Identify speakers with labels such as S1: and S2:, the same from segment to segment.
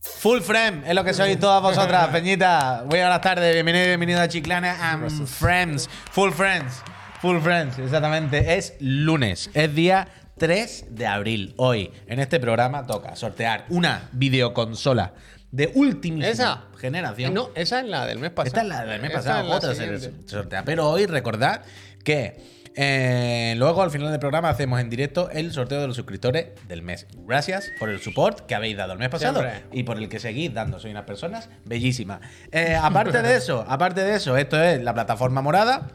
S1: Full frame es lo que sois todas vosotras, Peñita. Muy buenas tardes, bienvenido y bienvenido a Chiclana and Friends. Full Friends, Full Friends, exactamente. Es lunes, es día 3 de abril. Hoy, en este programa, toca sortear una videoconsola de última
S2: Esa. Eh,
S1: generación.
S2: No, esa es la del mes pasado.
S1: Esta es la del mes
S2: Esa
S1: pasado,
S2: es la
S1: otra se
S2: siguiente.
S1: sortea. Pero hoy recordad que eh, luego al final del programa hacemos en directo el sorteo de los suscriptores del mes. Gracias por el support que habéis dado el mes pasado
S2: Siempre.
S1: y por el que seguís dando. Sois unas personas bellísimas. Eh, aparte de eso, aparte de eso, esto es la plataforma morada.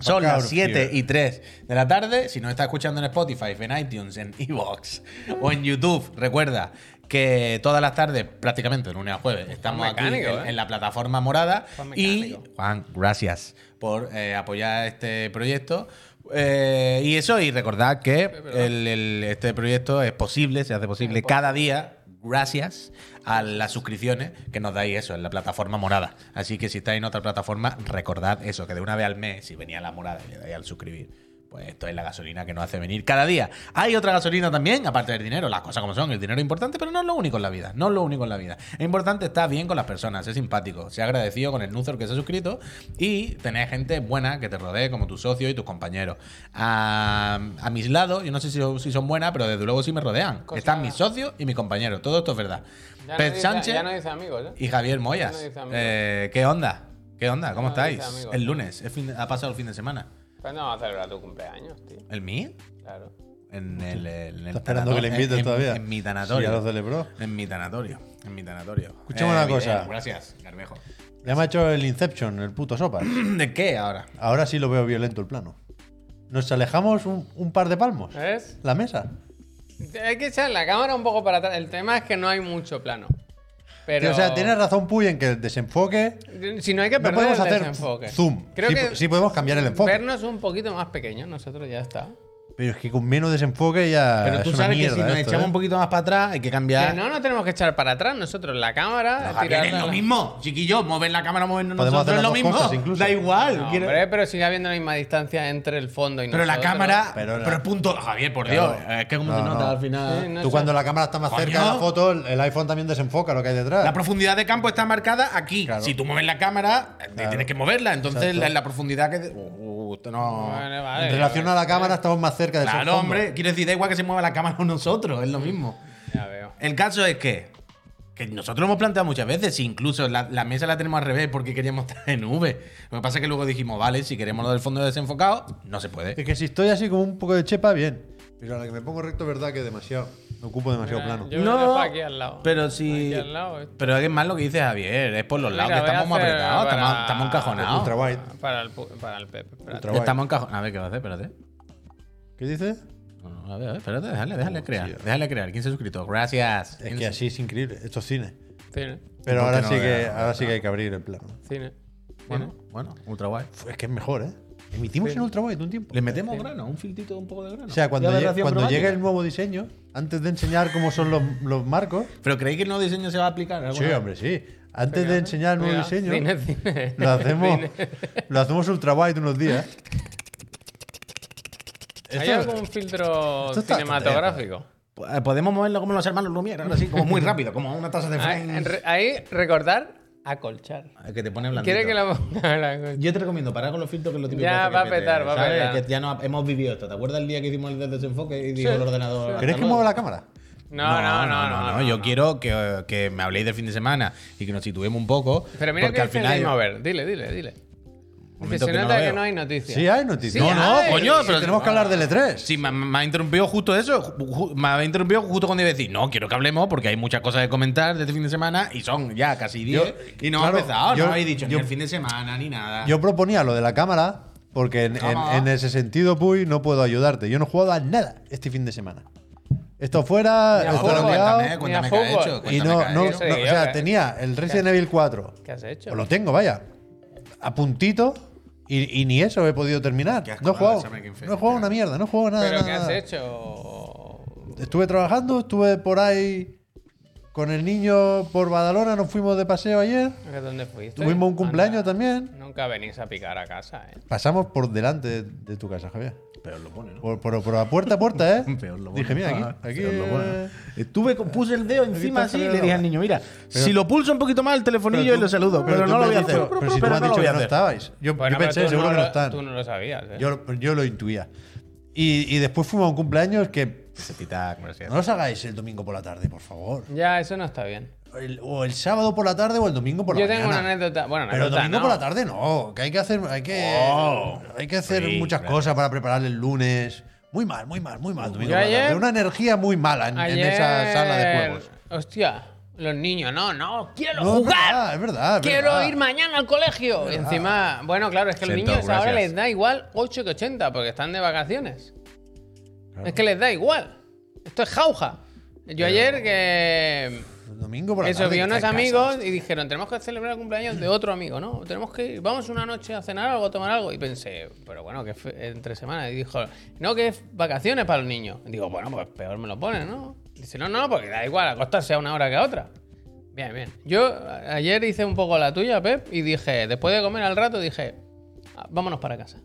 S1: Son
S2: pa'
S1: las
S2: cabrón,
S1: 7 y 3 de la tarde. Si nos está escuchando en Spotify, en iTunes, en Evox o en YouTube, recuerda que todas las tardes, prácticamente de lunes a jueves, estamos aquí
S2: mecánico,
S1: en-
S2: ¿eh?
S1: en la plataforma morada.
S2: Juan
S1: Y
S2: Mecánico.
S1: Juan, gracias por eh, apoyar este proyecto. Eh, y eso, y recordad que el- el- este proyecto es posible, se hace posible cada día. Gracias a las suscripciones que nos dais eso en la plataforma morada. Así que si estáis en otra plataforma, recordad eso, que de una vez al mes, si venía la morada y le dais al suscribir, pues esto es la gasolina que nos hace venir cada día. Hay otra gasolina también, aparte del dinero, las cosas como son. El dinero es importante, pero no es lo único en la vida. No es lo único en la vida. Es importante estar bien con las personas, ser simpático, ser agradecido con el newsletter que se ha suscrito y tener gente buena que te rodee, como tus socios y tus compañeros. A, a mis lados, yo no sé si, si son buenas, pero desde luego sí me rodean.
S2: Cosa-
S1: Están mis socios y mis compañeros. Todo esto es verdad.
S2: Ya
S1: Pep
S2: no dice-
S1: Sánchez
S2: Ya no dice amigos, ¿eh?
S1: y Javier
S2: Ya
S1: Moyas.
S2: no dice amigo.
S1: Eh, ¿Qué onda? ¿Qué onda? ¿Cómo
S2: Ya no dice
S1: estáis?
S2: amigo.
S1: el lunes, es fin de- ha pasado el fin de semana.
S2: ¿Cuándo Pues vamos a celebrar tu cumpleaños, tío?
S1: ¿El mío?
S2: Claro.
S1: En el, en el
S3: Está esperando que le
S1: tanato-
S3: inviten
S1: en- en-
S3: todavía.
S1: En, mi
S3: Sí, ya
S1: tanatorio.
S3: lo celebró.
S1: en mi tanatorio. En mi tanatorio.
S3: Escuchame una
S1: bien,
S3: cosa.
S1: gracias, Garbejo.
S3: Ya me ha hecho el Inception, el puto sopa.
S1: ¿De qué ahora?
S3: Ahora sí lo veo violento el plano. Nos alejamos un, un par de palmos.
S2: ¿Ves?
S3: La mesa.
S2: Hay que echar la cámara un poco para atrás. El tema es que no hay mucho plano. Pero.
S3: Tío, o sea, tienes razón Puy en que el desenfoque.
S2: Si no hay que
S3: No
S2: perder
S3: podemos
S2: el
S3: hacer
S2: desenfoque.
S3: zoom.
S2: Creo
S3: sí,
S2: que
S3: sí podemos cambiar el enfoque.
S2: vernos un poquito más pequeños, nosotros ya está.
S3: Pero es que con menos desenfoque ya.
S1: Pero tú
S3: es una
S1: sabes que
S3: mierda
S1: si nos
S3: esto,
S1: echamos
S3: ¿eh?
S1: un poquito más para atrás hay que cambiar.
S2: Que no nos tenemos que echar para atrás nosotros. La
S1: Pero,
S2: cámara.
S1: Javier, es
S2: tirarla-
S1: lo mismo, chiquillo. Mover la cámara, movernos
S3: Podemos hacer
S1: nosotros es
S3: las
S1: lo
S3: dos
S1: mismo.
S3: cosas, incluso.
S1: Da igual.
S2: No,
S1: quiero-
S2: hombre, pero sigue habiendo la misma distancia entre el fondo y
S1: pero la
S2: nosotros.
S1: cámara.
S3: Pero
S1: Pero,
S3: la-
S1: punto. Javier, por Dios.
S3: Claro.
S1: Es que como
S3: No,
S1: se
S3: no.
S1: nota al final.
S2: Sí, no
S3: Tú
S2: sé.
S3: cuando la cámara está más
S1: Coño.
S3: cerca de la foto, el- el iPhone también desenfoca lo que hay detrás.
S1: La profundidad de campo está marcada aquí.
S3: Claro.
S1: Si tú mueves la cámara, eh, tienes que moverla. Entonces,
S3: Exacto.
S1: la, la profundidad que. Uh, uh, esto no.
S2: Bueno, vale,
S3: en relación
S2: yo-
S3: a la cámara, estamos más cerca de
S1: Claro, hombre. Quiero decir, da igual que se mueva la cámara o nosotros, es lo mismo.
S2: Ya veo.
S1: El caso es que, que nosotros lo hemos planteado muchas veces, si incluso la, la mesa la tenemos al revés porque queríamos estar en V. Lo que pasa es que luego dijimos, vale, si queremos lo del fondo desenfocado, no se puede.
S3: Es que si estoy así como un poco de chepa, bien. Pero a la que me pongo recto, verdad que demasiado. Me ocupo demasiado
S2: Mira,
S3: plano.
S2: Eh, Yo no, aquí al lado.
S1: Pero si.
S2: Aquí al lado, eh.
S1: Pero es más lo que dice Javier, es por los lados,
S2: Mira,
S1: que
S2: voy a
S1: estamos muy
S2: hacer
S1: apretados,
S2: para-
S1: estamos, estamos encajonados.
S3: Ultra wide.
S2: Ah, Para el, pu- para el Pepe. espérate.
S3: Ultra wide.
S1: Estamos encajonados. A ver, ¿qué va a hacer? Espérate.
S3: ¿Qué dices?
S1: No, no, A ver, a ver, espérate, déjale, déjale
S3: Oh,
S1: crear.
S3: tío.
S1: Déjale crear. ¿Quién se ha suscrito? Gracias.
S3: Es que así es increíble. Esto es cine.
S2: Cine,
S3: Pero
S1: ¿Por qué
S3: ahora,
S1: no
S3: sí que,
S1: era?
S3: ahora sí que hay que abrir el plano.
S2: cine.
S1: Bueno, bueno, ultra guay.
S3: Uf, Es que es mejor, ¿eh? Emitimos en ultrawide un tiempo.
S1: Le metemos grano, un filtrito, un poco de grano.
S3: O sea, cuando,
S1: Ya
S3: lle-
S1: verración
S3: cuando
S1: cromática.
S3: llegue el nuevo diseño, antes de enseñar cómo son los, los marcos.
S1: ¿Pero creéis que el nuevo diseño se va a aplicar? alguna
S3: Sí,
S1: vez?
S3: hombre, sí. Antes de enseñar el nuevo
S2: Mira,
S3: diseño,
S2: Cine, cine.
S3: lo hacemos,
S2: Cine.
S3: lo hacemos ultrawide unos días.
S2: ¿Hay
S3: Esto-
S2: algún filtro
S3: esto está
S2: cinematográfico?
S1: Eh, Podemos moverlo como los hermanos Lumière, ahora sí, como muy rápido, como una taza de
S2: Ahí,
S1: frames.
S2: re- ahí, recordar, acolchar.
S1: Eh, Que te pone blandito.
S2: ¿Quiere que la ponga la colcha?
S1: Yo te recomiendo parar con los filtros que es lo típico este
S2: Ya,
S1: que hace
S2: va a
S1: GPT,
S2: petar, va a
S1: ¿sabes?
S2: petar.
S1: Que ya no hemos vivido esto. ¿Te acuerdas el día que hicimos el del desenfoque y dijo
S2: Sí,
S1: el ordenador? hasta
S3: ¿Queréis que
S1: luego?
S3: mueva la cámara?
S2: No, no, no, no. no,
S1: Yo
S2: no.
S1: quiero que, que me habléis del fin de semana y que nos situemos un poco.
S2: Pero mira
S1: porque
S2: que este
S1: al
S2: dice
S1: final.
S2: Game Over. Dile, dile, dile. Dice,
S1: momento
S2: se
S1: que no
S2: nota
S1: lo
S2: que
S1: veo.
S2: no hay noticias.
S3: Sí, hay noticias.
S2: Sí
S3: no, no,
S2: hay.
S3: coño,
S1: Sí,
S3: pero tenemos que hablar del E E3.
S1: Sí, me, me ha interrumpido justo eso. ju- ju- Me ha interrumpido justo cuando iba a decir, no, quiero que hablemos porque hay muchas cosas que comentar de este fin de semana y son ya casi 10. Y no
S3: claro,
S1: ha empezado,
S3: yo-
S1: no habéis dicho
S3: yo-
S1: ni el fin de semana ni nada.
S3: Yo proponía lo de la cámara, porque en, en-
S1: Cámara.
S3: en ese sentido, Puy, no puedo ayudarte. Yo no he jugado a nada este fin de semana. Esto fuera,
S2: Ni a
S3: esto
S2: fútbol,
S3: lo he liado,
S1: cuéntame, cuéntame qué ha
S2: Mira, fútbol.
S1: hecho.
S3: y
S1: cuéntame
S3: no,
S1: qué ha
S3: no-
S1: hecho.
S2: Eso
S3: no,
S2: digo,
S3: o sea,
S2: que-
S3: tenía el Resident Evil 4.
S2: ¿Qué has hecho?
S3: O lo tengo, vaya. A puntito. Y, y ni eso he podido terminar.
S1: Qué asco,
S3: No he jugado.
S1: Alzheimer, qué enfermo.
S3: No he jugado una mierda, no he jugado nada.
S2: ¿Pero
S3: nada,
S2: qué has
S3: nada.
S2: hecho?
S3: Estuve trabajando, estuve por ahí con el niño por Badalona, nos fuimos de paseo ayer.
S2: ¿Dónde fuiste?
S3: Tuvimos un cumpleaños
S2: Anda,
S3: también.
S2: Nunca venís a picar a casa, ¿eh?
S3: Pasamos por delante de, de tu casa, Javier.
S1: Peor lo pone, ¿no?
S3: Por, por, por la puerta a puerta, ¿eh?
S1: Peor lo pone.
S3: Dije, mira,
S1: Ah,
S3: aquí. aquí
S1: peor lo pone.
S3: eh,
S1: Estuve, con- puse el dedo encima
S3: está
S1: así y
S3: el
S1: le dije
S3: reloj.
S1: al niño, mira, si lo pulso un poquito más el telefonillo
S3: pero
S1: y
S3: tú-
S1: lo saludo, pero, no
S3: tú me
S1: lo voy a
S3: has
S1: hacer.
S3: dicho- Pero si tú me
S1: Pero
S3: has
S1: no lo
S3: dicho
S1: voy a
S3: que no
S1: hacer.
S3: estabais. Yo,
S2: Bueno, pero
S3: yo pensé,
S2: tú
S3: seguro
S2: no
S3: que no
S2: lo-
S3: están.
S2: Tú no lo sabías. ¿eh?
S3: Yo, yo lo intuía. Y, y después fuimos a un cumpleaños que.
S1: Ese pitac, me lo siento.
S3: No los hagáis el domingo por la tarde, por favor.
S2: Ya, eso no está bien.
S3: El- o el sábado por la tarde o el domingo por la
S2: Yo
S3: mañana.
S2: tengo una anécdota. Bueno,
S3: Pero el
S2: anécdota
S3: domingo
S2: no.
S3: por la tarde no, que hay que hacer, hay que,
S1: Oh,
S3: hay que hacer
S1: sí,
S3: muchas
S1: claro.
S3: cosas para preparar el lunes. Muy mal, muy mal, muy mal. domingo
S2: Yo
S3: por la
S2: ayer-
S3: tarde. Una energía muy mala en, en
S2: Ayer...
S3: esa sala de juegos.
S2: Hostia, los niños, no, no, quiero
S3: No, es
S2: jugar.
S3: verdad, es verdad. es
S2: Quiero
S3: verdad.
S2: ir mañana al colegio. Y encima, bueno, claro, es que a los
S1: Siento,
S2: niños ahora
S1: gracias.
S2: les da igual 8 que 80 porque están de vacaciones. Es que les da igual. Esto es jauja. Yo ayer que.
S3: El domingo por la
S2: Eso,
S3: tarde.
S2: vi
S3: que
S2: a unos
S3: está en
S2: amigos
S3: casa.
S2: y dijeron, tenemos que celebrar el cumpleaños de otro amigo, ¿no? Tenemos que ir, vamos una noche a cenar algo, a tomar algo. Y pensé, pero bueno, que es entre semanas. Y dijo, no, que es vacaciones para los niños. Y digo, bueno, pues peor me lo ponen, ¿no? Dice, no, no, porque da igual, acostarse a una hora que a otra. Bien, bien. Yo a- ayer hice un poco la tuya, Pep, y dije, después de comer al rato, dije, "Ah, vámonos para casa.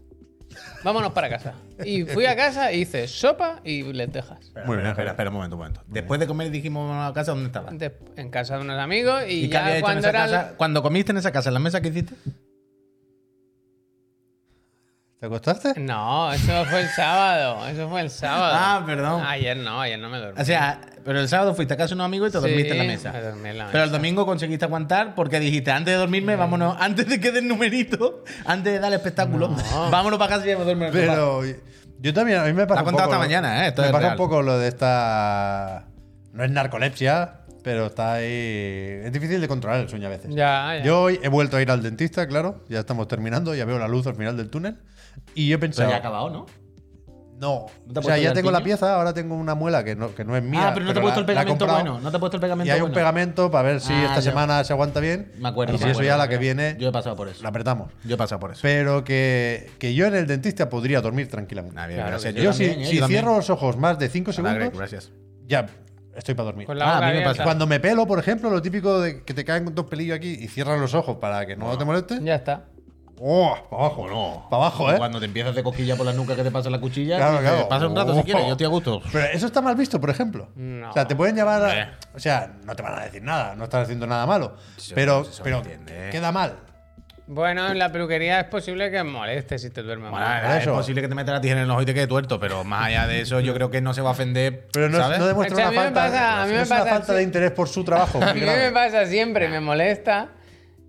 S2: Vámonos para casa. Y fui a casa y hice sopa y lentejas.
S1: Muy bien, espera, espera un momento, un momento. Después de comer dijimos vamos a casa dónde estabas.
S2: De- en casa de unos amigos y,
S1: ¿Y, qué había hecho
S2: ya
S1: en
S2: cuando
S1: esa
S2: era...
S1: casa? Cuando comiste en esa casa, en la mesa que hiciste.
S3: ¿Te acostaste?
S2: No, eso fue el sábado. Eso fue el sábado.
S1: Ah, perdón.
S2: Ayer no, ayer no me dormí.
S1: O sea, pero el sábado fuiste a casa de unos amigos y te
S2: Sí,
S1: dormiste en la mesa.
S2: me dormí en la
S1: Pero el
S2: mesa.
S1: domingo conseguiste aguantar porque dijiste, antes de dormirme, vámonos, antes de que den numerito, antes de dar el espectáculo, vámonos para casa y vamos a dormir. en el sofá.
S3: Pero yo también, a mí me pasa
S1: La
S3: un
S1: contaba
S3: poco
S1: esta
S3: lo-
S1: mañana, ¿eh? Esto
S3: me
S1: es
S3: pasa
S1: real.
S3: un poco lo de esta... No es narcolepsia, pero está ahí... Es difícil de controlar el sueño a veces.
S2: Ya, ya.
S3: Yo hoy he vuelto a ir al dentista, claro. Ya estamos terminando, ya veo la luz al final del túnel. Y yo he
S1: Pero
S3: pensado...
S1: ya ha acabado, ¿no?
S3: No,
S1: ¿No te ha
S3: o sea,
S1: puesto
S3: ya
S1: el
S3: tengo la
S1: piño?
S3: pieza, ahora tengo una muela que no, que no es mía.
S1: ah, pero no te he puesto el
S3: la- la he
S1: pegamento
S3: comprado.
S1: bueno. No te he puesto el pegamento
S3: Y hay un
S1: bueno.
S3: pegamento para ver si
S1: Ah,
S3: esta
S1: no.
S3: semana se aguanta bien.
S1: Me acuerdo.
S3: Y si
S1: me
S3: eso
S1: acuerdo,
S3: ya
S1: me
S3: la que
S1: acuerdo.
S3: viene,
S1: Yo he pasado por eso.
S3: la apretamos.
S1: Yo he pasado por eso.
S3: Pero que, que yo en el dentista podría dormir tranquilamente.
S1: Ah, bien,
S2: Claro
S1: gracias.
S2: que
S3: Yo,
S1: Yo,
S3: si,
S1: también, ¿eh?
S3: si
S1: Yo también.
S3: cierro los ojos más de 5
S1: Alegre,
S3: segundos,
S1: gracias.
S3: ya estoy para dormir.
S2: Con la
S1: Ah,
S2: boca
S1: a mí me
S2: abierta.
S1: pasa.
S3: Cuando me pelo, por ejemplo, lo típico de que te caen dos pelillos aquí y cierras los ojos para que no te moleste.
S2: Ya está.
S3: ¡Oh! Para abajo,
S1: no.
S3: Para abajo, ¿eh?
S1: Cuando te empiezas de cosquilla por la nuca que te pasa la cuchilla,
S3: Claro,
S1: dices,
S3: claro.
S1: pasa un rato si
S3: Oh.
S1: quieres, yo estoy a gusto.
S3: Pero eso está mal visto, por ejemplo.
S2: No.
S3: O sea, te pueden llamar. a-
S1: Hombre.
S3: o sea, no te van a decir nada, no estás haciendo nada malo.
S1: Eso-
S3: pero
S1: eso se
S3: pero
S2: ¿eh?
S1: entiende.
S3: queda mal.
S2: Bueno, en la peluquería es posible que moleste si te duermes
S1: Bueno,
S2: mal.
S1: es
S3: eso.
S1: posible que te metas la tijera en el ojo y te quede tuerto, pero más allá de eso, yo creo que no se va a ofender.
S3: Pero no,
S1: ¿sabes?
S3: no demuestra
S2: O sea, a
S3: una
S2: mí me
S3: falta,
S2: pasa- a mí
S3: no
S2: me
S3: es una
S2: pasa-
S3: falta de interés por su trabajo.
S2: A
S3: muy
S2: mí me
S3: grave.
S2: pasa siempre,
S1: Ah.
S2: me molesta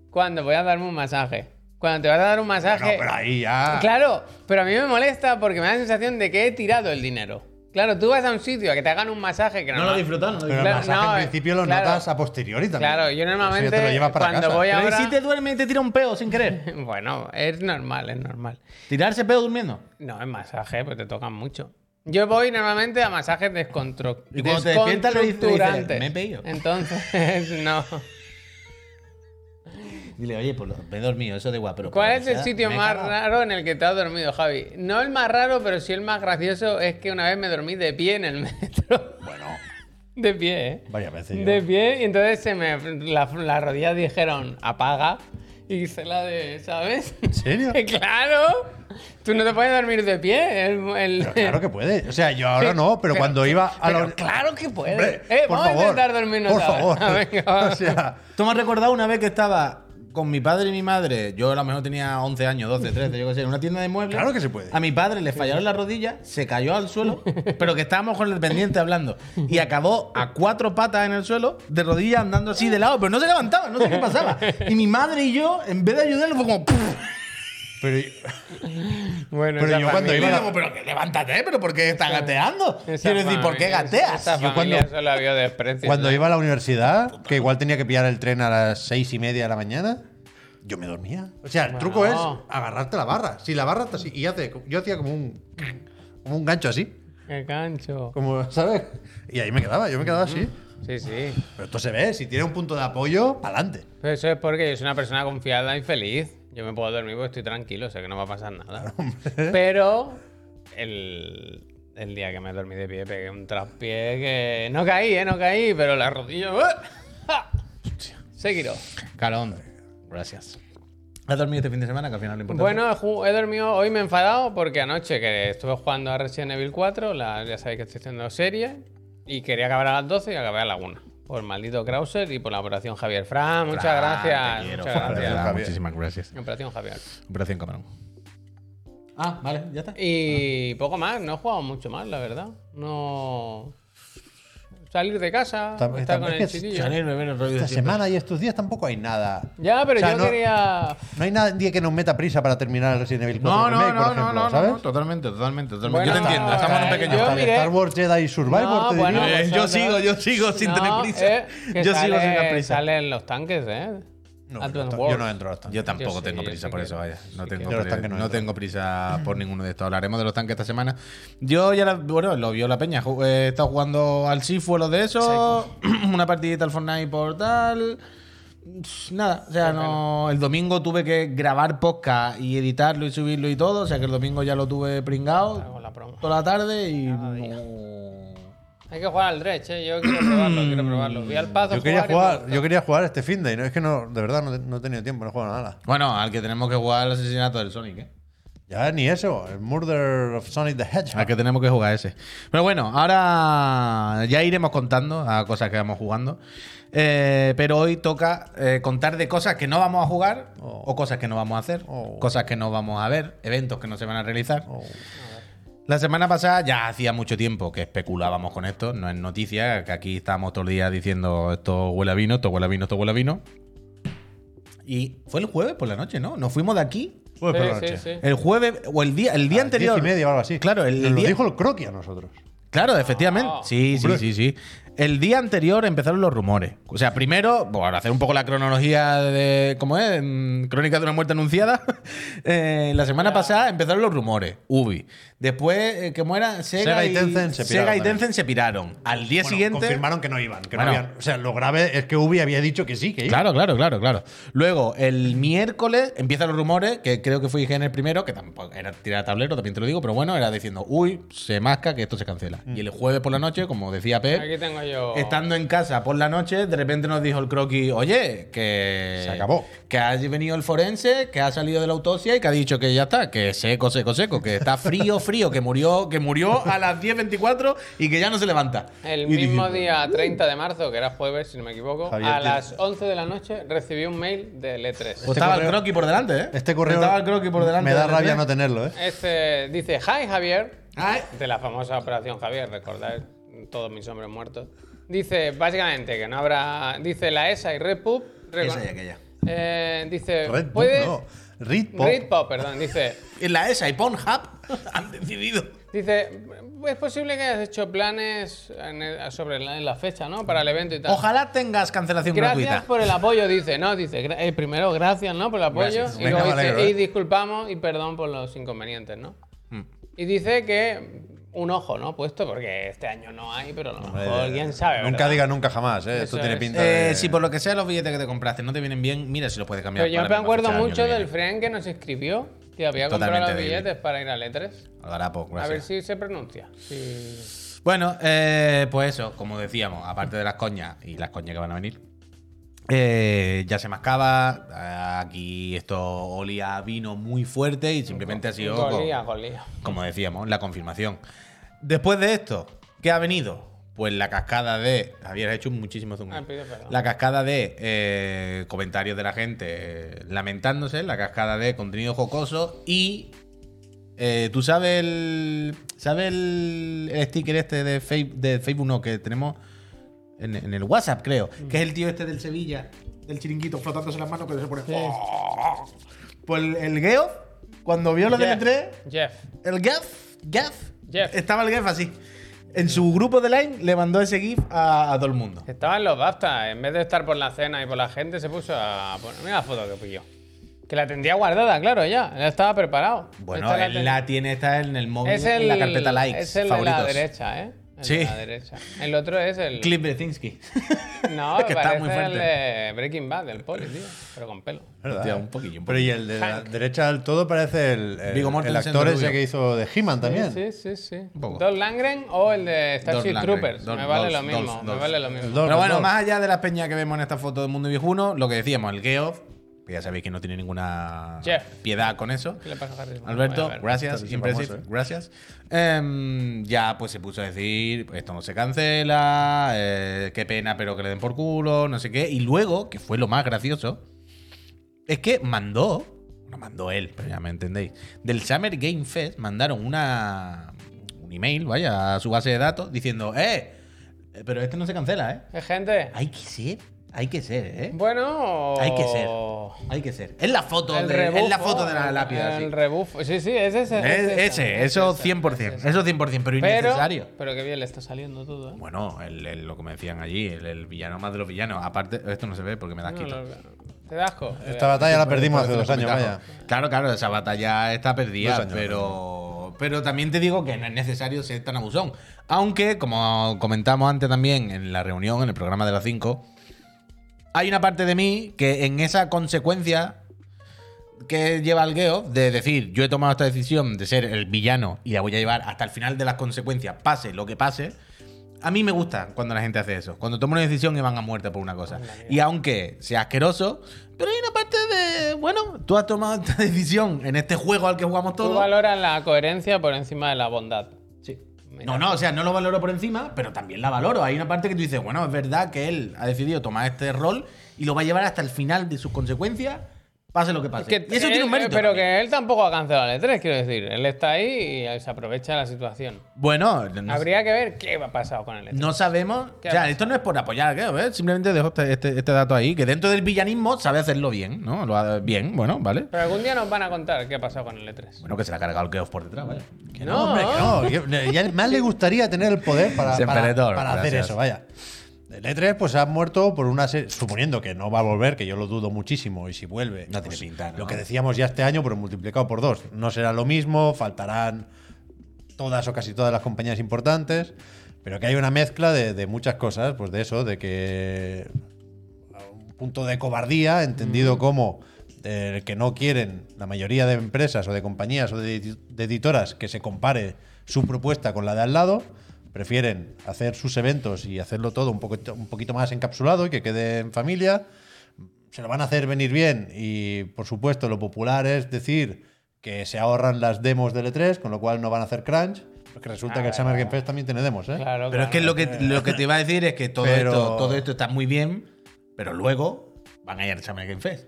S2: cuando voy a darme un masaje. Cuando te vas a dar un
S3: no,
S2: masaje.
S3: pero ahí ya.
S2: Claro, pero a mí me molesta porque me da la sensación de que he tirado el dinero. Claro, tú vas a un sitio a que te hagan un masaje que
S1: No lo
S2: normal-
S1: disfrutas, no lo
S3: Pero el
S2: Claro,
S3: masaje
S2: no,
S3: en principio lo
S2: claro.
S3: notas a posteriori también.
S2: Claro, yo
S3: Eso ya
S2: normalmente
S3: te lo llevas para
S2: cuando
S3: casa.
S2: voy a-
S1: Pero ¿y
S2: ahora-
S1: si te duermes y te tira un peo sin querer?
S2: Bueno, es normal, es normal.
S1: ¿Tirarse peo durmiendo?
S2: No, es masaje, pues te tocan mucho. Yo voy normalmente a masajes desconstru-
S1: Y cuando te despiertas le dices-
S2: desconstructurantes.
S1: "Me he pedido".
S2: Entonces, no.
S1: Dile, oye, pues me he dormido, eso da igual. Pero por
S2: ¿Cuál
S1: lo
S2: es
S1: que
S2: el
S1: sea,
S2: sitio
S1: me he
S2: más
S1: cagado.
S2: raro en el que te has dormido, Javi? No el más raro, pero sí el más gracioso es que una vez me dormí de pie en el metro.
S3: Bueno,
S2: De pie, ¿eh?
S3: varias veces. yo.
S2: De pie, y entonces se me. Las las rodillas dijeron, apaga. Y hice la de. ¿Sabes?
S3: ¿En serio?
S2: claro. Tú no te puedes dormir de pie. El, el-
S3: Pero claro que puede. O sea, yo ahora no, pero,
S2: Pero-
S3: cuando iba a la.
S2: Pero claro que puede.
S3: Hombre,
S2: eh,
S3: por
S2: vamos
S3: favor,
S2: a intentar dormirnos
S3: Por
S2: ahora.
S3: favor.
S2: Ah, Venga, va.
S3: o sea,
S1: Tú me has recordado una vez que estaba con mi padre y mi madre. Yo a lo mejor tenía 11 años, 12, 13, yo qué sé, en una tienda de muebles.
S3: Claro que se puede.
S1: A mi padre le fallaron las rodillas, se cayó al suelo, pero que estábamos con el pendiente hablando. Y acabó a cuatro patas en el suelo, de rodillas andando así de lado, pero no se levantaba, no sé qué pasaba. Y mi madre y yo, en vez de ayudarlo, fue como.
S3: pero
S2: Bueno,
S3: Pero
S2: esa
S3: yo cuando
S1: Y
S2: familia-
S1: yo digo, pero que levántate, pero ¿por qué estás gateando?
S2: esa
S1: Quiero decir, ¿por qué
S2: familia-
S1: gateas?
S2: Esa
S1: Yo
S2: familia
S1: cuando-
S2: solo había desprecio.
S3: Cuando iba a la universidad, que igual tenía que pillar el tren a las seis y media de la mañana, yo me dormía. O sea, el truco es agarrarte la barra. Si la barra está así, y hace, yo hacía como un, como un gancho así,
S2: Qué cancho.
S3: como, ¿sabes? Y ahí me quedaba, yo me quedaba así.
S2: Sí, sí.
S3: Pero esto se ve, si tiene un punto de apoyo, adelante.
S2: Pero eso es porque yo soy una persona confiada y feliz. Yo me puedo dormir porque estoy tranquilo, sé que no va a pasar nada. Pero el, el día que me dormí de pie pegué un traspié que no caí, ¿eh? No caí, pero la rodilla... ¡Ah! ¡Ja! Se giró.
S1: Carón, gracias. ¿Has dormido este fin de semana? Que al final lo importante.
S2: Bueno, he ju- he dormido, hoy me he enfadado porque anoche que estuve jugando a Resident Evil 4, la- ya sabéis que estoy haciendo serie, y quería acabar a las 12 y acabé a la 1. Por el maldito Krauser y por la operación Javier Fran, muchas
S1: Fran,
S2: gracias.
S1: te quiero,
S2: muchas
S1: Fran, de
S2: gracias.
S1: verdad,
S3: Javier.
S1: Muchísimas gracias.
S2: Operación Javier.
S1: Operación Camarón. Ah, vale, ya está.
S2: Y poco más, no he jugado mucho más, la verdad. No. Salir de casa,
S3: Tam-
S2: estar
S3: tam-
S2: con
S3: es
S2: el
S3: que
S2: chiquillo.
S1: Chanel, me ven el rollo de
S3: Esta
S1: siempre.
S3: semana y estos días tampoco hay nada.
S2: Ya, pero
S3: O sea,
S2: yo
S3: no-
S2: quería.
S3: No hay nadie que nos meta prisa para terminar el Resident Evil 4
S1: No, no,
S3: Remake, por
S1: no,
S3: ejemplo,
S1: no, no,
S3: ¿sabes?
S1: no, totalmente, totalmente, totalmente.
S2: Bueno,
S1: yo te entiendo, estamos en un
S2: eh,
S1: pequeño.
S2: yo
S3: Hasta el
S2: miré-
S3: Star Wars Jedi Survivor,
S2: No,
S3: te
S2: bueno,
S3: diría.
S1: Eh, yo
S2: vosotros-
S1: sigo, yo sigo sin tener
S2: No,
S1: prisa.
S2: eh, que
S1: yo sigo sin
S2: sale-
S1: la prisa.
S2: Salen los tanques, ¿eh?
S3: No,
S2: Advent
S3: no,
S2: Wars.
S3: yo no entro hasta.
S1: Yo tampoco
S2: Yo sí,
S1: tengo
S2: yo
S1: prisa
S2: sí
S1: por
S2: que-
S1: eso, vaya.
S2: sí
S1: No,
S2: que-
S1: tengo,
S3: Yo los
S1: prisa,
S3: tanques no
S1: no
S3: entro.
S1: tengo prisa por ninguno de estos. Hablaremos de los tanques esta semana. Yo ya, la- bueno, lo vio la peña. Ju- eh, He estado jugando al Sifu, lo de eso. Una partidita al Fortnite por tal. Nada, o sea, no, el domingo tuve que grabar podcast y editarlo y subirlo y todo. O sea, que el domingo ya lo tuve
S2: Ah, con
S1: pringado
S2: la promo.
S1: toda la tarde y.
S2: día.
S1: no-
S2: Hay que jugar al Dredge, ¿eh? Yo quiero probarlo, quiero probarlo. Vi al Pazo
S3: Yo quería
S2: y me
S3: jugar,
S2: gustó.
S3: yo quería jugar este fin de y no, es que no, de verdad no, no he tenido tiempo, no he jugado nada.
S1: Bueno, al que tenemos que jugar el asesinato del Sonic, ¿eh?
S3: Ya ni eso, el Murder of Sonic the
S1: Al que
S3: Hedgehog.
S1: tenemos que jugar ese. Pero bueno, ahora ya iremos contando a cosas que vamos jugando. Eh, pero hoy toca eh, contar de cosas que no vamos a jugar
S3: Oh.
S1: o cosas que no vamos a hacer,
S3: Oh.
S1: cosas que no vamos a ver, eventos que no se van a realizar.
S3: Oh.
S1: La semana pasada ya hacía mucho tiempo que especulábamos con esto, no es noticia, que aquí estábamos todo el día diciendo esto huele a vino, esto huele a vino, esto huele a vino. Y fue el jueves por la noche, ¿no? Nos fuimos de aquí.
S3: Jueves por la
S2: Sí,
S3: noche.
S2: sí, sí.
S1: El jueves o el día, el día
S3: A las Ah, diez
S1: anterior.
S3: y media o algo así.
S1: Claro, el,
S3: Nos
S1: el
S3: lo
S1: día,
S3: dijo el croqui a nosotros.
S1: Claro, efectivamente.
S2: Ah.
S1: Sí, sí,
S3: Hombre.
S1: sí, sí. El día anterior empezaron los rumores. O sea, primero, bueno, hacer un poco la cronología de. ¿Cómo es? Mm, Crónica de una muerte anunciada. Eh, la semana pasada empezaron los rumores. Ubi. Después, eh, ¿cómo era? Sega,
S3: Sega y Tencent se piraron
S1: Sega y
S3: también.
S1: Tencent se piraron. Al día
S3: Bueno,
S1: siguiente.
S3: confirmaron que no iban, que
S1: Bueno.
S3: no habían. O sea, lo grave es que Ubi había dicho que sí, que iban.
S1: Claro, claro, claro, claro. Luego, el miércoles empiezan los rumores, que creo que fue IGN el primero, que tampoco era tirar tablero, también te lo digo, pero bueno, era diciendo, uy, se masca que esto se cancela.
S3: Mm.
S1: Y el jueves por la noche, como decía
S3: Eh,
S1: Pep,
S2: Aquí tengo yo.
S1: Estando en casa por la noche, de repente nos dijo el croquis, oye, que...
S3: Se acabó.
S1: Que ha venido el forense, que ha salido de la autopsia y que ha dicho que ya está, que seco, seco, seco, que está frío, frío, que murió, que murió a las 10.24 y que ya no se levanta.
S2: El
S1: Y
S2: mismo
S1: dijimos,
S2: día 30 de marzo, que era jueves, si no me equivoco,
S3: Javier,
S2: a
S3: tío.
S2: las 11 de la noche recibí un mail de
S1: Pues
S2: L3.
S3: Este
S1: estaba el
S3: correo-
S1: croquis por delante, ¿eh?
S3: Este correo
S1: Estaba el croquis por delante.
S3: me da
S1: del
S3: rabia
S1: tren.
S3: no tenerlo, ¿eh?
S2: Este dice, hi Javier,
S1: Ay.
S2: de la famosa Operación Javier, recordad todos mis hombres muertos. Dice, básicamente, que no habrá... Dice la ESA y Red Pub... recon-
S1: Esa y aquella.
S2: Eh, dice,
S3: Red Bull,
S2: puede...
S3: no. Red Pop.
S2: Red Pop, perdón, dice...
S1: En la ESA y Pornhub han decidido.
S2: Dice, es posible que hayas hecho planes en el- sobre la, en la fecha, ¿no? Para el evento y tal.
S1: Ojalá tengas cancelación
S2: Gracias
S1: gratuita.
S2: por el apoyo, dice. No, dice, gra- eh, primero gracias, ¿no? Por el apoyo.
S1: Gracias.
S2: Y
S3: Venga,
S2: luego
S3: me
S2: dice,
S3: alegro,
S2: y
S3: ¿eh?
S2: disculpamos y perdón por los inconvenientes, ¿no?
S1: Mm.
S2: Y dice que un ojo, ¿no? Puesto, porque este año no hay, pero a lo mejor, quién sabe.
S3: Eh, Nunca
S2: ¿verdad?
S3: diga nunca jamás, ¿eh?
S2: Eso
S3: Esto tiene
S2: es.
S3: pinta
S1: Eh,
S3: de...
S1: si por lo que sea los billetes que te compraste no te vienen bien, mira si los puedes cambiar.
S2: Pero yo
S1: para
S2: me
S1: la misma
S2: acuerdo
S1: fecha del año
S2: mucho
S1: que
S2: del
S1: viene.
S2: friend que nos escribió, que había comprado
S1: Totalmente
S2: los
S1: débil. Pues
S2: billetes para ir a Letres.
S1: Algarapo,
S2: A
S1: gracias.
S2: ver si se pronuncia. si-
S1: Bueno, eh, pues eso, como decíamos, aparte de las coñas y las coñas que van a venir, eh, ya se mascaba. eh, Aquí esto olía a vino muy fuerte y simplemente ha sido, co-
S2: Golía, golía.
S1: como decíamos, la confirmación. Después de esto, ¿qué ha venido? Pues la cascada de. Javier, ha hecho muchísimo zoom.
S2: Ah, pido perdón.
S1: La cascada de eh, comentarios de la gente eh, lamentándose, la cascada de contenido jocoso y. eh, ¿Tú sabes el. ¿Sabes el, el sticker este de, Face- de Facebook no, que tenemos en, en el WhatsApp, creo?
S2: Mm.
S1: Que es el tío este del Sevilla, del chiringuito, flotándose las manos, que se pone. Pues el, el Geo, cuando vio lo del E
S2: Jeff,
S1: E3,
S2: Jeff.
S1: el Gaff, Gaff,
S2: Jeff.
S1: estaba el Gaff así. En su grupo de Line le mandó ese GIF a, a todo el mundo.
S2: Estaban los BAFTA, en vez de estar por la cena y por la gente, se puso a poner. Mira la foto que pilló. Que la tendría guardada, claro, ya. Ya estaba preparado.
S1: Bueno,
S2: Esta la
S1: él
S2: ten-
S1: la tiene esta en el móvil,
S2: es
S1: en la
S2: el-
S1: carpeta likes,
S2: Es el
S1: favoritos.
S2: de la derecha, ¿eh? El
S1: Sí.
S2: de la derecha. El otro es el.
S1: Clip Brezinski.
S2: No,
S1: Es que está
S2: parece
S1: muy
S2: el
S1: fuerte.
S2: de Breaking Bad, el poli, tío. Pero con pelo.
S3: ¿verdad?
S1: Hostia, un poquillo, un
S3: Pero y el de la
S2: Hank.
S3: derecha del todo parece el, el-
S1: Viggo
S3: el
S1: Mortensen
S3: actor
S1: de
S3: ese
S1: rubio.
S3: que hizo de He-Man también.
S2: Sí, sí, sí.
S1: poco.
S2: Dolph Langren o el de Starship
S1: Langren,
S2: Troopers.
S1: Dolph-
S2: me vale lo
S1: Dolph-
S2: mismo.
S1: Dolph-
S2: me
S1: Dolph.
S2: vale lo mismo.
S3: El Dolph-
S1: Pero bueno,
S3: Dolph.
S1: más allá de las peñas que vemos en esta foto del mundo viejuno, lo que decíamos, el Geo, que ya sabéis que no tiene ninguna
S2: Chef.
S1: piedad con eso.
S2: ¿Qué le pasa a Harry?
S1: Alberto,
S2: Vaya, a ver.
S1: gracias,
S3: Está
S1: impressive,
S3: famoso, ¿eh?
S1: gracias. Em, ya pues se puso a decir, esto no se cancela, eh, qué pena, pero que le den por culo, no sé qué. Y luego, que fue lo más gracioso, es que mandó, no mandó él, pero ya me entendéis, del Summer Game Fest mandaron una, un email, vaya, a su base de datos diciendo, eh, eh, pero este no se cancela, ¿eh?
S2: Eh, gente.
S1: Hay que ser, hay que ser, ¿eh?
S2: Bueno.
S1: Hay que ser. Hay que ser. Es la foto, de, es la foto de la lápida.
S2: El
S1: sí.
S2: rebufo. Sí, sí, es ese.
S1: Es-
S2: es ese,
S1: ese,
S2: es
S1: eso
S2: ese,
S1: 100%,
S2: es ese.
S1: eso 100%, pero
S2: Pero,
S1: innecesario.
S2: pero qué bien le está saliendo todo, ¿eh?
S1: Bueno, el- el- lo que me decían allí, el, el villano más de los villanos. Aparte, esto no se ve porque me das
S2: No,
S1: quito.
S2: lo- te da asco.
S3: Esta batalla la perdimos hace
S1: Esto es
S3: dos
S1: un
S3: años,
S1: ventajo.
S3: vaya.
S1: Claro, claro, esa batalla está perdida,
S3: Dos años,
S1: pero, pero también te digo que no es necesario ser tan abusón. Aunque, como comentamos antes también en la reunión, en el programa de las 5, hay una parte de mí que en esa consecuencia que lleva al Geo de decir, yo he tomado esta decisión de ser el villano y la voy a llevar hasta el final de las consecuencias, pase lo que pase. A mí me gusta cuando la gente hace eso, cuando toma una decisión y van a muerte por una cosa. Y aunque sea asqueroso, pero hay una parte de, bueno, tú has tomado esta decisión en este juego al que jugamos
S2: Tú
S1: todos.
S2: valoras la coherencia por encima de la bondad. Sí.
S1: No, no, o sea, no lo valoro por encima, pero también la valoro. Hay una parte que tú dices, bueno, es verdad que él ha decidido tomar este rol y lo va a llevar hasta el final de sus consecuencias, pase lo que pase. y eso tiene un mérito.
S2: eh, Pero
S1: también.
S2: que él tampoco ha cancelado el E3, quiero decir. Él está ahí y se aprovecha la situación.
S1: Bueno, no sé.
S2: Habría que ver qué ha pasado con el E E3.
S1: No sabemos.
S2: ¿Qué
S1: O sea,
S2: pasa?
S1: esto no es por apoyar, creo, ¿eh? Simplemente dejo este, este- este dato ahí, que dentro del villanismo sabe hacerlo bien, ¿no? Lo ha- bien, bueno, vale.
S2: Pero algún día nos van a contar qué ha pasado con el E E3.
S1: Bueno, que se le ha cargado el Geoff por detrás, vale.
S3: Que no, hombre, que no. Yo- ya más le gustaría tener el poder para, para,
S1: Semperetor,
S3: para hacer
S1: gracias.
S3: eso, vaya. El E3 pues ha muerto por una serie, suponiendo que no va a volver, que yo lo dudo muchísimo, y si vuelve,
S1: No tiene
S3: pues,
S1: pinta, ¿no?
S3: lo que decíamos ya este año, pero multiplicado por dos, no será lo mismo, faltarán todas o casi todas las compañías importantes, pero que hay una mezcla de, de muchas cosas, pues de eso, de que punto de cobardía, entendido como eh, que no quieren la mayoría de empresas o de compañías o de, edi- de editoras que se compare su propuesta con la de al lado. Prefieren hacer sus eventos y hacerlo todo un poquito, un poquito más encapsulado y que quede en familia. Se lo van a hacer venir bien y, por supuesto, lo popular es decir que se ahorran las demos del E3, con lo cual no van a hacer crunch. Porque resulta que el Summer Game Fest también tiene demos, ¿eh?
S2: Claro,
S1: Pero es que lo, que lo que te iba a decir es que todo,
S3: Pero-
S1: esto, todo esto está muy bien, pero luego van a ir al Summer Game Fest.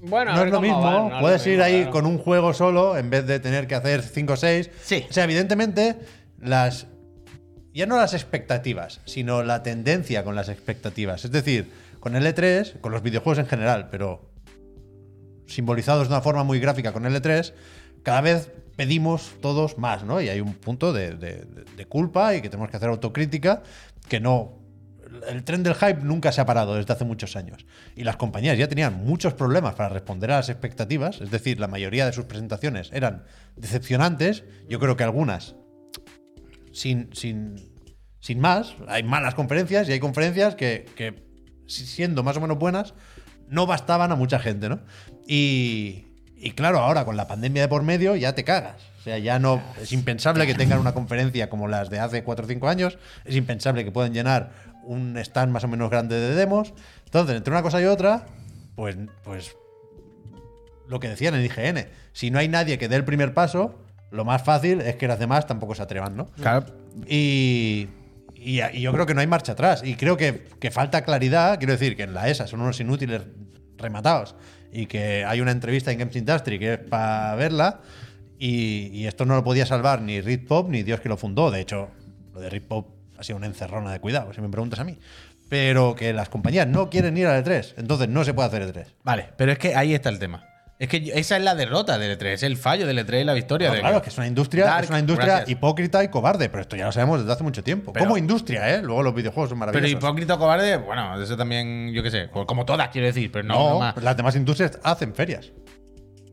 S2: Bueno, a
S3: no
S2: ver
S3: es lo
S2: cómo
S3: mismo.
S2: van, no es
S3: Puedes
S2: lo
S3: ir
S2: mismo,
S3: ahí
S2: claro.
S3: con un juego solo en vez de tener que hacer 5 o 6.
S1: Sí.
S3: O sea, evidentemente, las. Ya no las expectativas, sino la tendencia con las expectativas. Es decir, con el E3, con los videojuegos en general, pero simbolizados de una forma muy gráfica con el E3, cada vez pedimos todos más, ¿no? Y hay un punto de, de- de culpa y que tenemos que hacer autocrítica, que no... El tren del hype nunca se ha parado desde hace muchos años. Y las compañías ya tenían muchos problemas para responder a las expectativas, es decir, la mayoría de sus presentaciones eran decepcionantes, yo creo que algunas sin, sin, sin más, hay malas conferencias y hay conferencias que, que, si- siendo más o menos buenas, no bastaban a mucha gente, ¿no? Y, y claro, ahora con la pandemia de por medio ya te cagas. O sea, ya no. Es impensable que tengan una conferencia como las de hace 4 o 5 años. Es impensable que puedan llenar un stand más o menos grande de demos. Entonces, entre una cosa y otra, pues, pues lo que decían en IGN. Si no hay nadie que dé el primer paso, lo más fácil es que las demás tampoco se atrevan, ¿no?
S1: Claro.
S3: Y, y- y yo creo que no hay marcha atrás. Y creo que, que falta claridad. Quiero decir que en la ESA son unos inútiles rematados. Y que hay una entrevista en Games Industry que es para verla. Y, y esto no lo podía salvar ni Ritpop Pop ni Dios que lo fundó. De hecho, lo de Ritpop Pop ha sido una encerrona de cuidado, si me preguntas a mí. Pero que las compañías no quieren ir al E3. Entonces no se puede hacer E E3.
S1: Vale, pero es que ahí está el tema. Es que yo- esa es la derrota del E3, es el fallo del E3 y la victoria.
S3: No,
S1: de
S3: claro, es que es una industria,
S1: Dark,
S3: es una industria
S1: gracias.
S3: hipócrita y cobarde, pero esto ya lo sabemos desde hace mucho tiempo.
S1: Pero-
S3: Como industria, ¿eh? Luego los videojuegos son
S1: Pero
S3: maravillosos.
S1: hipócrita o cobarde, bueno, eso también, yo qué sé, como todas quiero decir, pero no, no
S3: no,
S1: más.
S3: las demás industrias hacen ferias.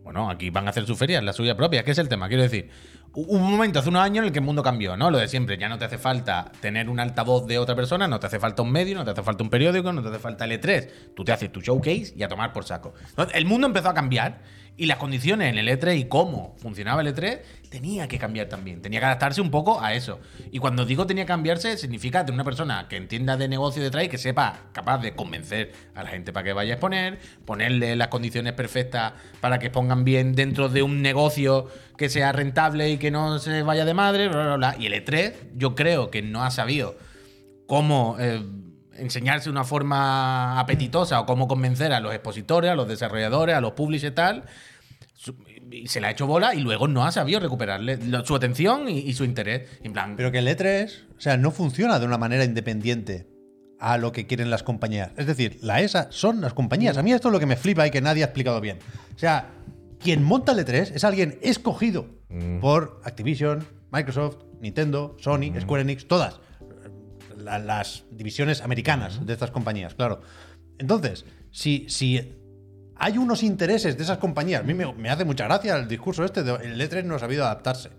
S1: Bueno, aquí van a hacer sus ferias, la suya propia, que es el tema. Quiero decir, hu- hubo un momento hace unos años en el que el mundo cambió, ¿no? Lo de siempre, ya no te hace falta tener un altavoz de otra persona, no te hace falta un medio, no te hace falta E un periódico, no te hace falta el E3. Tú te haces tu showcase y a tomar por saco. Entonces, El mundo empezó a cambiar y las condiciones en el E3 y cómo funcionaba el E3 tenía que cambiar también. Tenía que adaptarse un poco a eso. Y cuando digo tenía que cambiarse, significa tener una persona que entienda de negocio detrás y que sepa capaz de convencer a la gente para que vaya a exponer, ponerle las condiciones perfectas para que expongan bien dentro de un negocio que sea rentable y que no se vaya de madre, bla, bla, bla. Y el E3, yo creo que no ha sabido cómo eh, enseñarse una forma apetitosa o cómo convencer a los expositores, a los desarrolladores, a los publishers y tal. Su- Y se le ha hecho bola y luego no ha sabido recuperarle lo- su atención y, y su interés. En plan,
S3: Pero que el E3, o sea, no funciona de una manera independiente a lo que quieren las compañías. Es decir, la ESA son las compañías. A mí esto es lo que me flipa y que nadie ha explicado bien. O sea, quien monta el E3 es alguien escogido por Activision, Microsoft, Nintendo, Sony, Square Enix, todas la- las divisiones americanas de estas compañías, claro. Entonces, si, si hay unos intereses de esas compañías, a mí me, me hace mucha gracia el discurso este, de, el E3 no ha sabido adaptarse.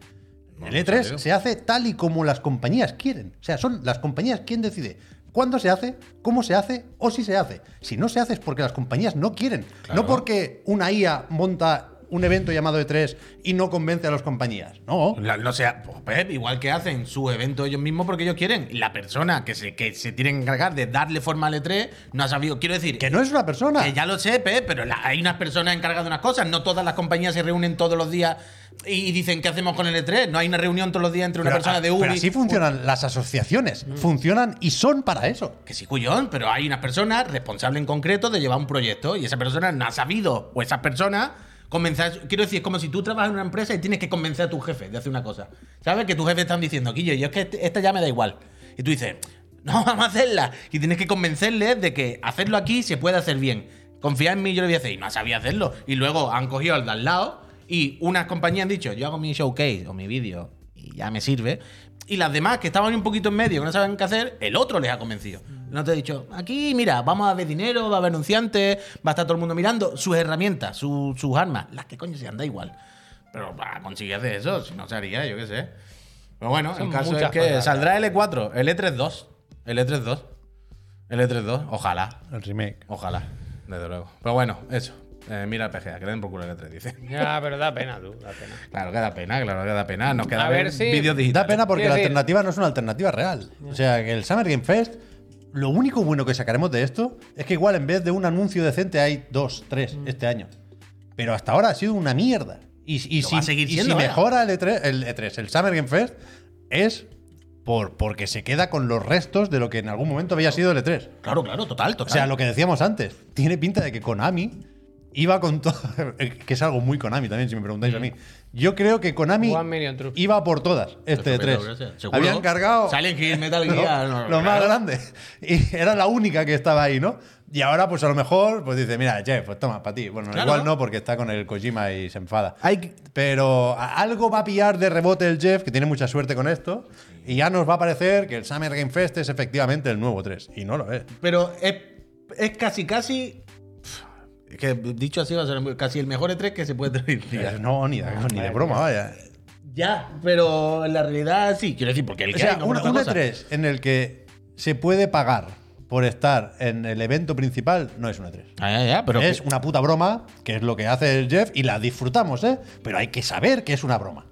S3: El E E3 se hace tal y como las compañías quieren. O sea, son las compañías quien decide cuándo se hace, cómo se hace o si se hace. Si no se hace es porque las compañías no quieren. No porque una IA monta un evento llamado E3 y no convence a las compañías. No.
S1: La- no sea, pues, Pep, igual que hacen su evento ellos mismos porque ellos quieren. La persona que se, que se tiene que encargar de darle forma al E3 no ha sabido. Quiero decir,
S3: Que no es una persona.
S1: que ya lo sé, Pep, pero la- hay unas personas encargadas de unas cosas. No todas las compañías se reúnen todos los días y, y dicen qué hacemos con el E3. No hay una reunión todos los días entre una
S3: Pero,
S1: persona
S3: ah,
S1: de
S3: pero
S1: Ubi. Mm.
S3: así funcionan las asociaciones. Funcionan y son para eso.
S1: Que sí, cuyón, pero hay una persona responsable en concreto de llevar un proyecto y esa persona no ha sabido, o esa persona comenzar. Quiero decir, es como si tú trabajas en una empresa y tienes que convencer a tu jefe de hacer una cosa. ¿Sabes? Que tus jefes están diciendo, Quillo, yo es que este- esta ya me da igual. Y tú dices, no, vamos a hacerla. Y tienes que convencerle de que hacerlo aquí se puede hacer bien. Confía en mí, yo lo voy a hacer. Y no sabía hacerlo. Y luego han cogido al de al lado y unas compañías han dicho, yo hago mi showcase o mi vídeo y ya me sirve. Y las demás que estaban un poquito en medio, que no saben qué hacer, el otro les ha convencido.
S2: Mm.
S1: No te he dicho, aquí, mira, vamos a ver dinero, va a haber anunciantes, va a estar todo el mundo mirando sus herramientas, su- sus armas, las que coño se anda igual. Pero para conseguir hacer eso, si no se haría, yo qué sé. Pero bueno,
S2: Son
S1: el caso es
S2: muchas
S1: que
S2: cosas.
S1: saldrá el E4, el E3-2, el E3-2, el E3-2, ojalá,
S3: El remake.
S1: ojalá, desde luego. Pero bueno, eso. Eh, mira el PGA, que le den por culo el E3, dice.
S2: Ya, pero da pena, tú, da pena.
S1: Claro que da pena, claro que da pena. Nos queda
S2: A
S1: ver,
S2: ver si-
S1: vídeos digitales.
S3: Da pena porque
S2: Quiero
S3: la
S2: decir-
S3: alternativa no es una alternativa real. O sea, que el Summer Game Fest, lo único bueno que sacaremos de esto es que igual en vez de un anuncio decente hay dos, tres
S1: Mm.
S3: este año. Pero hasta ahora ha sido una mierda. Y, y
S1: Lo
S3: si,
S1: va a seguir
S3: y
S1: siendo, ¿eh?
S3: si
S1: vaya.
S3: mejora el E3, el E3, el Summer Game Fest, es por, porque se queda con los restos de lo que en algún momento había sido el E E3.
S1: Claro, claro, total,
S3: O
S1: total.
S3: sea, lo que decíamos antes, tiene pinta de que Konami iba con todo. que es algo muy Konami también, si me preguntáis
S1: Mm.
S3: a mí. Yo creo que Konami
S2: One Million Troops.
S3: iba por todas este de tres.
S1: Seguro.
S3: Habían cargado
S1: Silent Hill, Metal
S3: lo,
S1: Gear.
S3: lo
S1: no,
S3: más
S1: claro.
S3: grande. Y era la única que estaba ahí, ¿no? Y ahora, pues a lo mejor, pues dice, mira, Jeff, pues toma, para ti. Bueno,
S1: Claro.
S3: igual no, porque está con el Kojima y se enfada.
S1: Hay que-
S3: Pero a- algo va a pillar de rebote el Jeff, que tiene mucha suerte con esto. Y ya nos va a parecer que el Summer Game Fest es efectivamente el nuevo 3. Y no lo es.
S1: Pero es, es casi, casi. Es que dicho así va a ser muy- casi el mejor E3 que se puede tener.
S3: Mira, No, ni de, ni de broma, vaya.
S1: Ya, pero en la realidad sí. Quiero decir, porque el
S3: O
S1: que hay
S3: sea,
S1: no
S3: un,
S1: otra
S3: un E
S1: cosa.
S3: E3 en el que se puede pagar por estar en el evento principal no es un E3.
S1: Ah, ya, ya, pero.
S3: es una puta broma, que es lo que hace el Jeff, y la disfrutamos, ¿eh? Pero hay que saber que es una broma.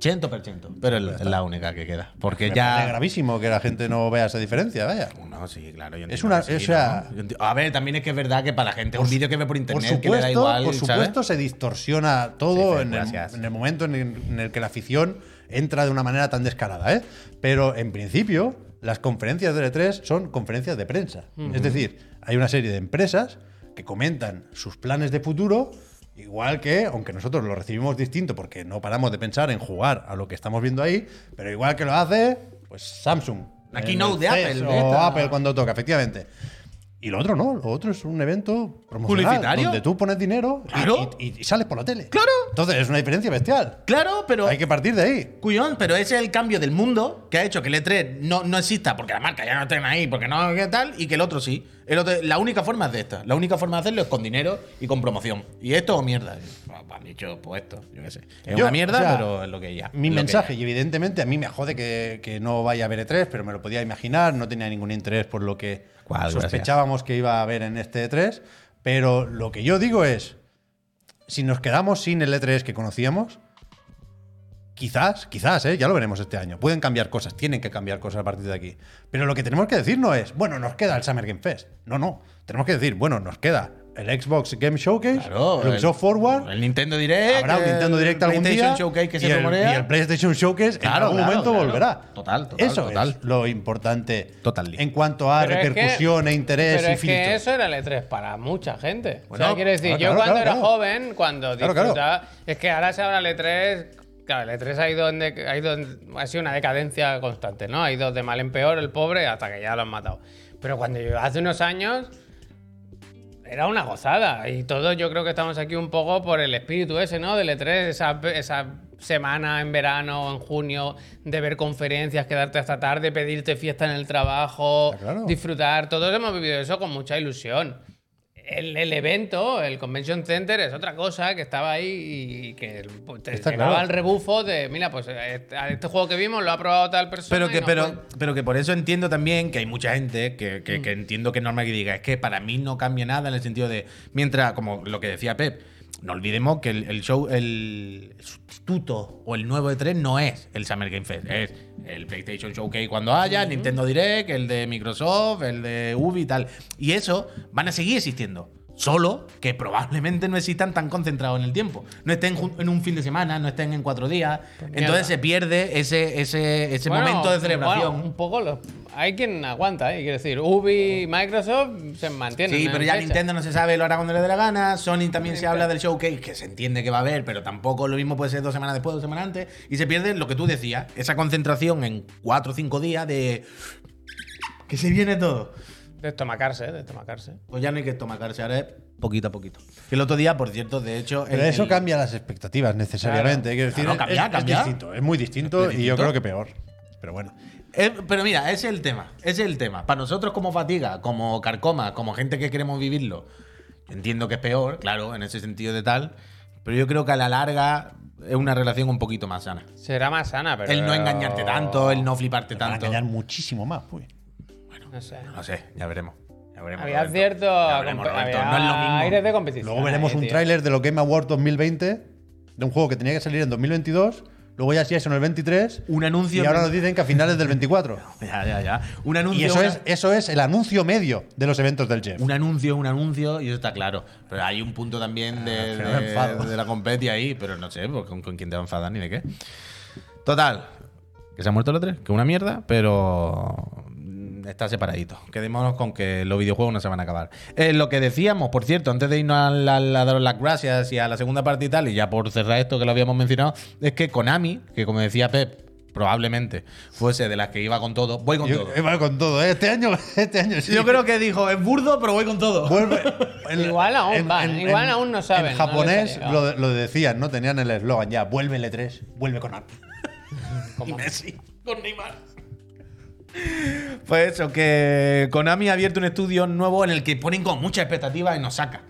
S1: 100%. Pero es es la única que queda. Porque
S3: Me
S1: ya. Uh,
S3: parece gravísimo que la gente no vea esa diferencia, vaya.
S1: No, sí, claro. yo
S3: Es
S1: entiendo
S3: una-
S1: que
S3: o
S1: sí,
S3: sea-
S1: ¿no? Yo enti- A ver, también es que es verdad que para la gente es un vídeo que ve por
S3: Por
S1: internet que le da
S3: supuesto,
S1: igual.
S3: por
S1: ¿sabes?
S3: supuesto se distorsiona todo
S1: Sí, sí,
S3: en, el,
S1: gracias.
S3: en el momento en el, en el que la afición entra de una manera tan descarada, ¿eh? Pero en principio, las conferencias de E3 son conferencias de prensa. Es decir, hay una serie de empresas que comentan sus planes de futuro. Igual que, aunque nosotros lo recibimos distinto porque no paramos de pensar en jugar a lo que estamos viendo ahí, pero igual que lo hace, pues Samsung.
S1: La
S3: en
S1: keynote de
S3: el
S1: Apple,
S3: CES
S1: ¿eh?
S3: O
S1: esta.
S3: Apple cuando toca, efectivamente. Y lo otro no, lo otro es un evento promocional
S1: ¿Publicitario?
S3: donde tú pones dinero y-
S1: Claro.
S3: y, y sales por la tele.
S1: Claro.
S3: Entonces es una diferencia bestial.
S1: Claro, pero.
S3: Hay que partir de ahí.
S1: Cuyón, pero ese es el cambio del mundo que ha hecho que el E3 no, no exista porque la marca ya no estén ahí, porque no, qué tal, y que el otro sí. El otro- la única forma es de esta. La única forma de hacerlo es con dinero y con promoción. Y esto o mierda. Han dicho, pues esto, yo qué sé. Es
S3: Yo,
S1: una mierda,
S3: o sea,
S1: pero es lo que ya.
S3: Mi
S1: lo que
S3: mensaje,
S1: ya.
S3: y evidentemente a mí me jode que, que no vaya a haber E3, pero me lo podía imaginar, no tenía ningún interés por lo que
S1: Cuál, gracias.
S3: E sospechábamos que iba a haber en este E3, pero lo que yo digo es, si nos quedamos sin el E3 que conocíamos, quizás, quizás, ¿eh? ya lo veremos este año. Pueden cambiar cosas, tienen que cambiar cosas a partir de aquí. Pero lo que tenemos que decir no es, bueno, nos queda el Summer Game Fest. No, no. Tenemos que decir, bueno, nos queda el Xbox Game Showcase,
S1: Claro,
S3: el Ubisoft Forward.
S1: El Nintendo Direct.
S3: Habrá un
S1: Eh, el
S3: Nintendo Direct algún
S1: PlayStation
S3: día.
S1: Showcase que se
S3: y, el,
S1: rumorea.
S3: y el PlayStation Showcase en
S1: Claro,
S3: algún
S1: claro,
S3: momento
S1: claro.
S3: volverá.
S1: Total, total,
S3: Eso
S1: total.
S3: es lo importante
S1: Totally.
S3: en cuanto a
S2: Pero es que-
S3: repercusión e interés
S2: Pero
S3: y
S2: es
S3: filtro.
S2: que eso era el E3 para mucha gente. o
S3: Bueno,
S2: sea, quiero decir,
S3: claro,
S2: yo
S3: claro,
S2: cuando
S3: claro,
S2: era
S3: claro.
S2: joven, cuando
S3: Claro, claro.
S2: disfrutaba. Es que ahora se habla el E3. Claro, el E3 ha ido, en de- ha ido en- ha sido una decadencia constante, ¿no? Ha ido de mal en peor el pobre hasta que ya lo han matado. Pero cuando yo hace unos años. Era una gozada. Y todos yo creo que estamos aquí un poco por el espíritu ese, ¿no? Del E3, esa, esa semana en verano, en junio, de ver conferencias, quedarte hasta tarde, pedirte fiesta en el trabajo,
S3: Está Ah, claro.
S2: disfrutar. Todos hemos vivido eso con mucha ilusión. El, el evento, el Convention Center, es otra cosa que estaba ahí y que pues, te
S3: Está
S2: llegaba
S3: claro.
S2: el rebufo de, mira, pues este, a este juego que vimos lo ha probado tal persona.
S1: Pero
S2: y
S1: que,
S2: nos
S1: pero,
S2: cuenta.
S1: pero que por eso entiendo también que hay mucha gente que, que- que entiendo que es normal que diga, es que para mí no cambia nada en el sentido de, mientras, como lo que decía Pep, no olvidemos que el, el show, el sustituto o el nuevo E3 no es el Summer Game Fest, es el PlayStation Showcase cuando haya, el Nintendo Direct, el de Microsoft, el de Ubi y tal. Y eso van a seguir existiendo. Solo que probablemente no existan tan concentrados en el tiempo. No estén jun- en un fin de semana, no estén en cuatro días. Entonces se pierde ese, ese, ese
S2: Pues Bueno,
S1: momento de celebración.
S2: bueno, un poco lo- hay quien aguanta, ¿eh? quiero decir, Ubi y Microsoft se mantienen.
S1: Sí,
S2: en
S1: pero ya
S2: fecha.
S1: Nintendo no se sabe, lo hará cuando le dé la gana. Sony también se
S2: Nintendo.
S1: habla del showcase, que se entiende que va a haber, pero tampoco lo mismo puede ser dos semanas después, dos semanas antes. Y se pierde lo que tú decías, esa concentración en cuatro o cinco días de. que se viene todo.
S2: De estomacarse, de estomacarse.
S1: Pues ya no hay que estomacarse, ahora es poquito a poquito. Que el otro día, por cierto, de hecho.
S3: Pero
S1: el-
S3: eso
S1: el-
S3: cambia las expectativas necesariamente. Quiero decir,
S1: Claro,
S3: es-
S1: cambia,
S3: es,
S1: cambia.
S3: es distinto, es muy distinto
S1: Es
S3: y yo
S1: distinto.
S3: creo que peor. Pero bueno.
S1: Eh, pero mira, ese es el tema. Ese es el tema. Para nosotros, como fatiga, como carcoma, como gente que queremos vivirlo, yo entiendo que es peor, claro, en ese sentido de tal. Pero yo creo que a la larga es una relación un poquito más sana.
S2: Será más sana, pero.
S1: El no engañarte tanto, el no fliparte
S3: Van a
S1: tanto.
S3: engañar muchísimo más, pues. uy.
S2: No sé.
S1: No sé, ya veremos. Ya veremos
S2: Había
S1: Roberto.
S2: cierto.
S1: Ya veremos,
S2: compe-
S1: Roberto.
S2: había
S1: No es lo mismo.
S2: aires de competición.
S3: Luego veremos
S2: ahí,
S3: un
S2: tío.
S3: tráiler de los Game Awards 2020, de un juego que tenía que salir en 2022, luego ya sí es en el 23,
S1: Un anuncio.
S3: y ahora nos dicen que a finales del 24.
S1: Ya, ya, ya. Un anuncio.
S3: Y eso
S1: una-
S3: es, eso es el anuncio medio de los eventos del Jeff.
S1: Un anuncio, un anuncio, y eso está claro. Pero hay un punto también de,
S3: que no
S1: de-
S3: me Ah, enfado.
S1: de la competi ahí, pero no sé pues, con, con quién te va a enfadar ni de qué. Total, que se ha muerto el otro, que una mierda, pero mm, está separadito. Quedémonos con que los videojuegos no se van a acabar. Eh, lo que decíamos, por cierto, antes de irnos a, la- la- a daros las gracias y a la segunda parte y tal, y ya por cerrar esto que lo habíamos mencionado, es que Konami, que como decía Pep, probablemente fuese de las que iba con todo, voy con
S3: Yo-
S1: todo.
S3: eh, vale, con todo, ¿eh? este año, este año sí.
S1: Yo creo que dijo, es burdo, pero voy con todo.
S3: Vuelve- en-
S2: Igual aún van, igual aún no saben,
S3: En
S2: no
S3: japonés
S2: les ha llegado.
S3: lo, lo decían, ¿no? Tenían el eslogan ya, vuelve el E3, vuelve con Apple.
S2: Como-
S1: con Neymar. Pues eso, que Konami ha abierto un estudio nuevo en el que ponen con mucha expectativa y nos saca.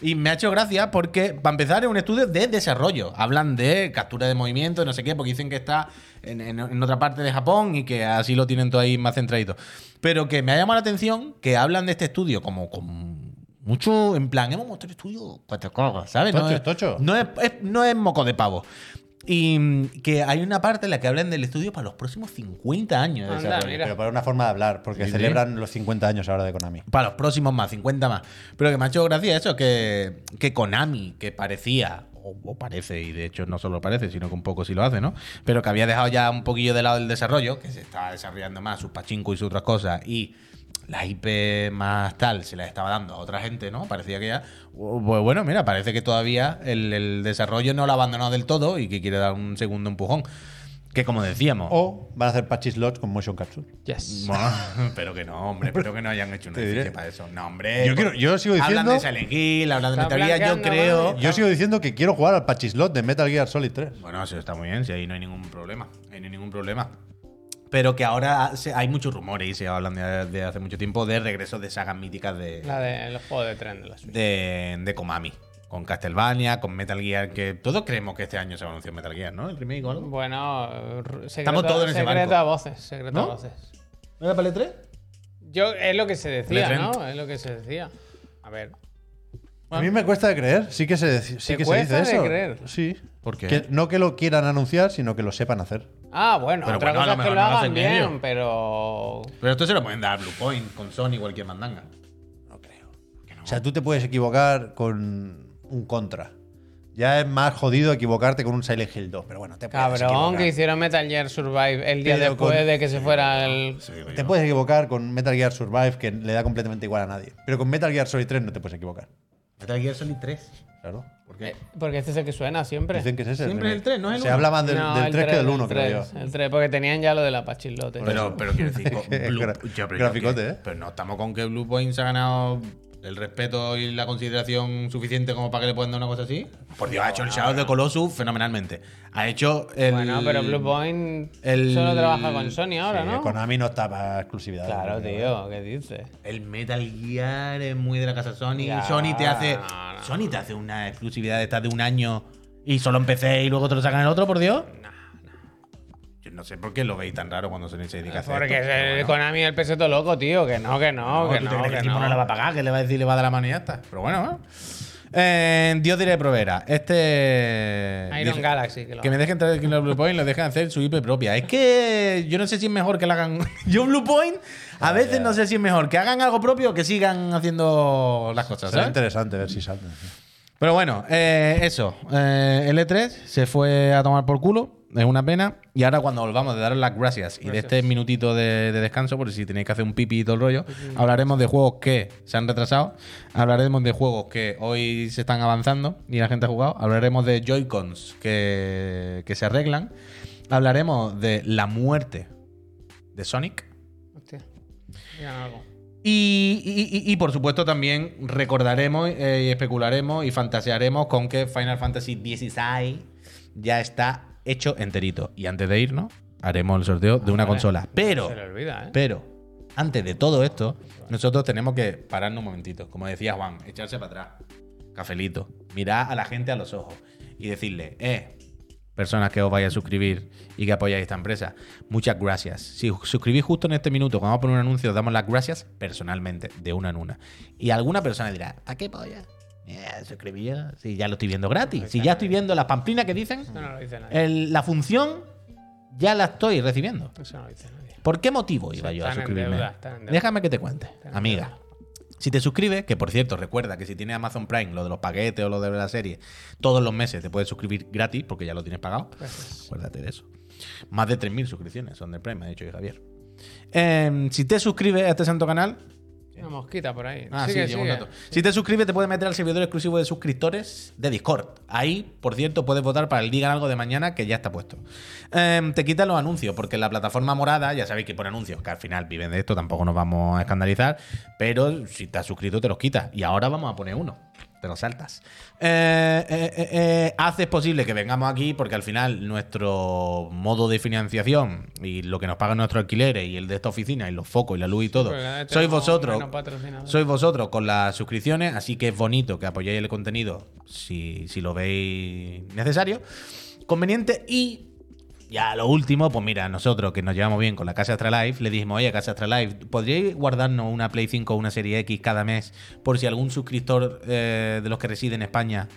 S1: Y me ha hecho gracia porque, para empezar, es un estudio de desarrollo. Hablan de captura de movimiento, no sé qué, porque dicen que está en, en- en otra parte de Japón y que así lo tienen todo ahí más centradito. Pero que me ha llamado la atención que hablan de este estudio como con mucho, en plan, hemos mostrado el estudio, cuatro cosas, ¿sabes? no
S3: Tocho,
S1: es,
S3: tocho.
S1: No es, es- no es moco de pavo. Y mm, que hay una parte en la que hablan del estudio para los próximos 50 años de
S2: Anda,
S1: desarrollo.
S2: mira.
S3: Pero para una forma de hablar, porque
S1: Sí, sí.
S3: celebran los 50 años ahora de Konami.
S1: Para los próximos más, 50 más. Pero que me ha hecho gracia eso, que, que Konami, que parecía, o, o parece, y de hecho no solo parece, sino que un poco sí lo hace, ¿no? Pero que había dejado ya un poquillo de lado el desarrollo, que se estaba desarrollando más sus pachincos y sus otras cosas, y las IP más tal se las estaba dando a otra gente, ¿no? Parecía que ya. Pues bueno, mira, parece que todavía el, el desarrollo no lo ha abandonado del todo y que quiere dar un segundo empujón. Que como decíamos.
S3: O van a hacer patches slots con motion capture.
S2: Yes.
S1: Bueno, pero que no, hombre. Espero que no hayan hecho un
S3: Te
S1: edificio
S3: diré.
S1: para eso. No, hombre.
S3: Yo quiero- yo sigo
S1: Hablan de
S3: diciendo-
S1: Silent Hill, hablan de
S2: Está
S1: Metal Gear. Yo
S2: blanqueando,
S1: creo.
S2: madre.
S3: Yo sigo diciendo que quiero jugar al patch slot de Metal Gear Solid 3.
S1: Bueno, eso está muy bien. Si ahí no hay ningún problema. Ahí no hay ningún problema. Pero que ahora se- hay muchos rumores y se hablan de, de hace mucho tiempo de regresos de sagas míticas de,
S2: La de los juegos de tren de la Switch.
S1: de, de Konami. Con Castlevania, con Metal Gear, que todos creemos que este año se va a anunciar Metal Gear, ¿no? El remake o algo.
S2: Bueno, r- secreto,
S1: todos en ese
S2: secreto
S1: barco.
S2: a voces, secreto
S1: ¿No?
S2: a voces.
S1: ¿No era para el E E3?
S2: Yo, es lo que se
S1: De
S2: decía,
S1: tren.
S2: ¿no? Es lo que se decía. A ver.
S3: A mí me cuesta de creer, sí que se, deci- sí
S2: ¿Te
S3: que se dice
S2: cuesta de
S3: eso.
S2: creer?
S3: Sí.
S1: ¿Por qué?
S3: Que no que lo quieran anunciar, sino que lo sepan hacer.
S2: Ah, bueno,
S1: Pero
S2: otra
S1: bueno, a
S2: cosa
S1: lo
S2: es
S1: mejor no
S2: que lo
S1: lo
S2: hagan
S1: hacen
S2: bien,
S1: ellos.
S2: pero.
S1: Pero esto se lo pueden dar a Bluepoint con Sony cualquier mandanga.
S3: No creo. O sea, tú te puedes equivocar con un contra. Ya es más jodido equivocarte con un Silent Hill 2, pero bueno, te puedes
S2: Cabrón,
S3: equivocar.
S2: que hicieron Metal Gear Survive el día
S3: Pero
S2: después
S3: con-
S2: de que se fuera
S1: Ah,
S2: el.
S3: Te puedes equivocar con Metal Gear Survive, que le da completamente igual a nadie. Pero con Metal Gear Solid 3 no te puedes equivocar.
S1: Metal Gear Solid 3.
S3: Claro.
S1: ¿Por qué?
S2: Porque este es el que suena siempre.
S3: Dicen que es ese.
S1: Siempre es el 3, no es el
S3: Se
S1: uno.
S3: habla más del,
S2: No,
S3: del
S2: el
S3: 3 que del
S2: el
S3: 1, creo
S2: tres,
S3: yo.
S2: El 3, porque tenían ya lo de la pachilote.
S1: Pero, pero quiero decir, con
S3: Es
S1: Blue-
S3: gra-
S1: Ya, pero
S3: graficote,
S1: que-
S3: ¿eh?
S1: Pero no estamos con que Bluepoint se ha ganado el respeto y la consideración suficiente como para que le puedan dar una cosa así. Por Dios, ha hecho el Shadow de Colossus fenomenalmente. Ha hecho el.
S2: bueno, pero Blue Point
S1: el-
S2: solo trabaja con Sony ahora,
S3: Sí,
S2: ¿no?
S3: Konami no está para exclusividad.
S2: Claro,
S1: ¿eh?
S2: tío, ¿qué dices?
S1: El Metal Gear es muy de la casa Sony.
S2: Ya,
S1: Sony te hace.
S2: no, no.
S1: Sony te hace una exclusividad de estas de un año y solo empecé y luego te lo sacan el otro, por Dios. Yo no sé por qué lo veis tan raro cuando Sony se dedica a hacer.
S2: Porque
S1: esto,
S2: es
S1: pero
S2: el
S1: bueno.
S2: Konami el peseto loco, tío. Que no, que no,
S1: No,
S2: que
S1: ¿tú
S2: no.
S1: te crees que
S2: que
S1: el tipo no. la va a pagar, que le va a decir le va a dar la mano y ya está. Pero bueno, bueno. Eh, Dios diré provera. Este.
S2: Iron
S1: dice-
S2: Galaxy, que lo
S1: Que me dejen traer el Kingdom Blue Point y lo dejen hacer su IP propia. Es que yo no sé si es mejor que la hagan. Yo, Blue Point, a veces no sé si es mejor que hagan algo propio o que sigan haciendo las cosas.
S3: Será
S1: ¿sabes?
S3: interesante ver si salta.
S1: Pero bueno, eh, eso. Eh, el E3 se fue a tomar por culo. Es una pena. Y ahora cuando volvamos de daros las gracias, y de este minutito de, de descanso, por si tenéis que hacer un pipi y todo el rollo, hablaremos de juegos que se han retrasado, hablaremos de juegos que hoy se están avanzando y la gente ha jugado, hablaremos de Joy-Cons que, que se arreglan, hablaremos de la muerte de Sonic.
S2: Hostia. Digan algo.
S1: Y, y- y- y, por supuesto también recordaremos eh, y especularemos y fantasearemos con que Final Fantasy XVI ya está hecho enterito. Y antes de irnos, haremos el sorteo de una
S2: vale.
S1: consola. Pero,
S2: Se le olvida, ¿eh?
S1: pero, antes de todo esto, nosotros tenemos que pararnos un momentito. Como decía Juan, echarse para atrás. Cafelito. Mirar a la gente a los ojos y decirle, eh, personas que os vais a suscribir y que apoyáis esta empresa. Muchas gracias. Si os suscribís justo en este minuto, cuando vamos a poner un anuncio, os damos las gracias personalmente, de una en una. Y alguna persona dirá, ¿a qué polla? Eh, suscribí yo. Si ya lo estoy viendo gratis. Si ya estoy viendo las pamplinas que dicen,
S2: Eso no lo dice nadie.
S1: el- la función ya la estoy recibiendo.
S2: Eso no lo dice nadie.
S1: ¿Por qué motivo iba
S2: Sí,
S1: yo a
S2: están en
S1: suscribirme?
S2: deuda, están en deuda.
S1: Déjame que te cuente,
S2: en
S1: amiga. Si te suscribes, que por cierto, recuerda que si tienes Amazon Prime, lo de los paquetes o lo de la serie, todos los meses te puedes suscribir gratis porque ya lo tienes pagado. Acuérdate de eso. Más de 3.000 suscripciones son de Prime, me ha dicho Javier. Em, si te suscribes a este santo canal,
S2: Una mosquita por ahí.
S1: Ah, sí,
S2: Sigue,
S1: lleva un
S2: sigue.
S1: rato. Si te suscribes, te puedes meter al servidor exclusivo de suscriptores de Discord. Ahí, por cierto, puedes votar para el Digan Algo de mañana, que ya está puesto. Em, te quitan los anuncios, porque la plataforma morada, ya sabéis que pone anuncios, que al final viven de esto, tampoco nos vamos a escandalizar, pero si te has suscrito, te los quitas. Y ahora vamos a poner uno. Te los saltas. Eh, eh, eh, eh, haces posible que vengamos aquí porque al final nuestro modo de financiación y lo que nos pagan nuestros alquileres y el de esta oficina y los focos y la luz y todo,
S2: Porque
S1: sois
S2: ahora Pues, eh, tenemos
S1: vosotros
S2: menos patrocinadores.
S1: sois vosotros con las suscripciones, así que es bonito que apoyéis el contenido si, si lo veis necesario, conveniente y ya lo último, pues mira, nosotros que nos llevamos bien con la Casa Astralife, le dijimos, oye, Casa Astralife, ¿podríais guardarnos una Play 5 o una Serie X cada mes por si algún suscriptor eh, de los que reside en España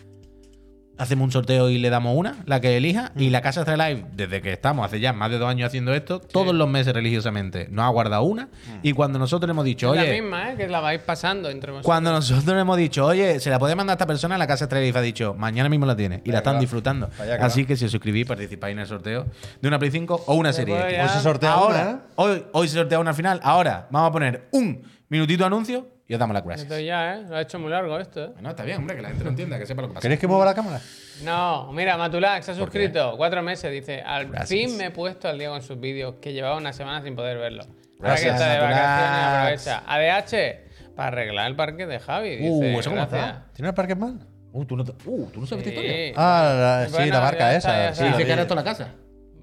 S1: hacemos un sorteo y le damos una, la que elija.
S2: Mm.
S1: Y la Casa Astralife, desde que estamos hace ya más de dos años haciendo esto, todos los meses religiosamente nos ha guardado una. Y cuando nosotros le hemos dicho,
S2: Mm. Es
S1: oye,
S2: la misma, ¿eh? Que la vais pasando entre vosotros.
S1: cuando nosotros hemos dicho, oye, se la puede mandar a esta persona, la casa Astralife ha dicho, mañana mismo la tiene. Y la
S3: Vaya que
S1: están
S3: va.
S1: disfrutando.
S3: Vaya que
S1: Así que si os suscribís, participáis en el sorteo de una Play 5 o una Serie
S2: puedo
S1: X.
S2: ya-
S3: Hoy se sortea una, ¿eh?
S1: Ahora, hoy, hoy se sortea una al final. Ahora vamos a poner un minutito de anuncio y os damos las gracias.
S2: Esto ya, ¿eh? Lo ha hecho muy largo esto, ¿eh?
S1: No, está bien, hombre, que la gente lo entienda, que sepa lo que pasa.
S3: ¿Queréis que mueva la cámara?
S2: No, mira, Matulac se ha
S1: ¿Por qué?
S2: suscrito. Cuatro meses, dice. Al
S1: Gracias.
S2: fin me he puesto al día con sus vídeos, que llevaba una semana sin poder verlo. Ahora que
S1: Gracias,
S2: está de
S1: Matulac.
S2: vacaciones, aprovecha. ADH, para arreglar el parque de Javi, dice.
S1: Uh, ¿eso cómo
S2: gracias.
S1: está?
S3: ¿Tiene el parque mal?
S1: Uh, tú no, te- uh, tú no sabes esta historia.
S2: Sí.
S3: Ah, la- sí,
S2: Bueno,
S3: la
S2: ya
S3: barca
S2: está,
S3: esa.
S2: ya
S3: sí,
S1: Sí,
S2: está.
S3: la
S1: dice
S3: vi.
S1: que ahora esto es la casa.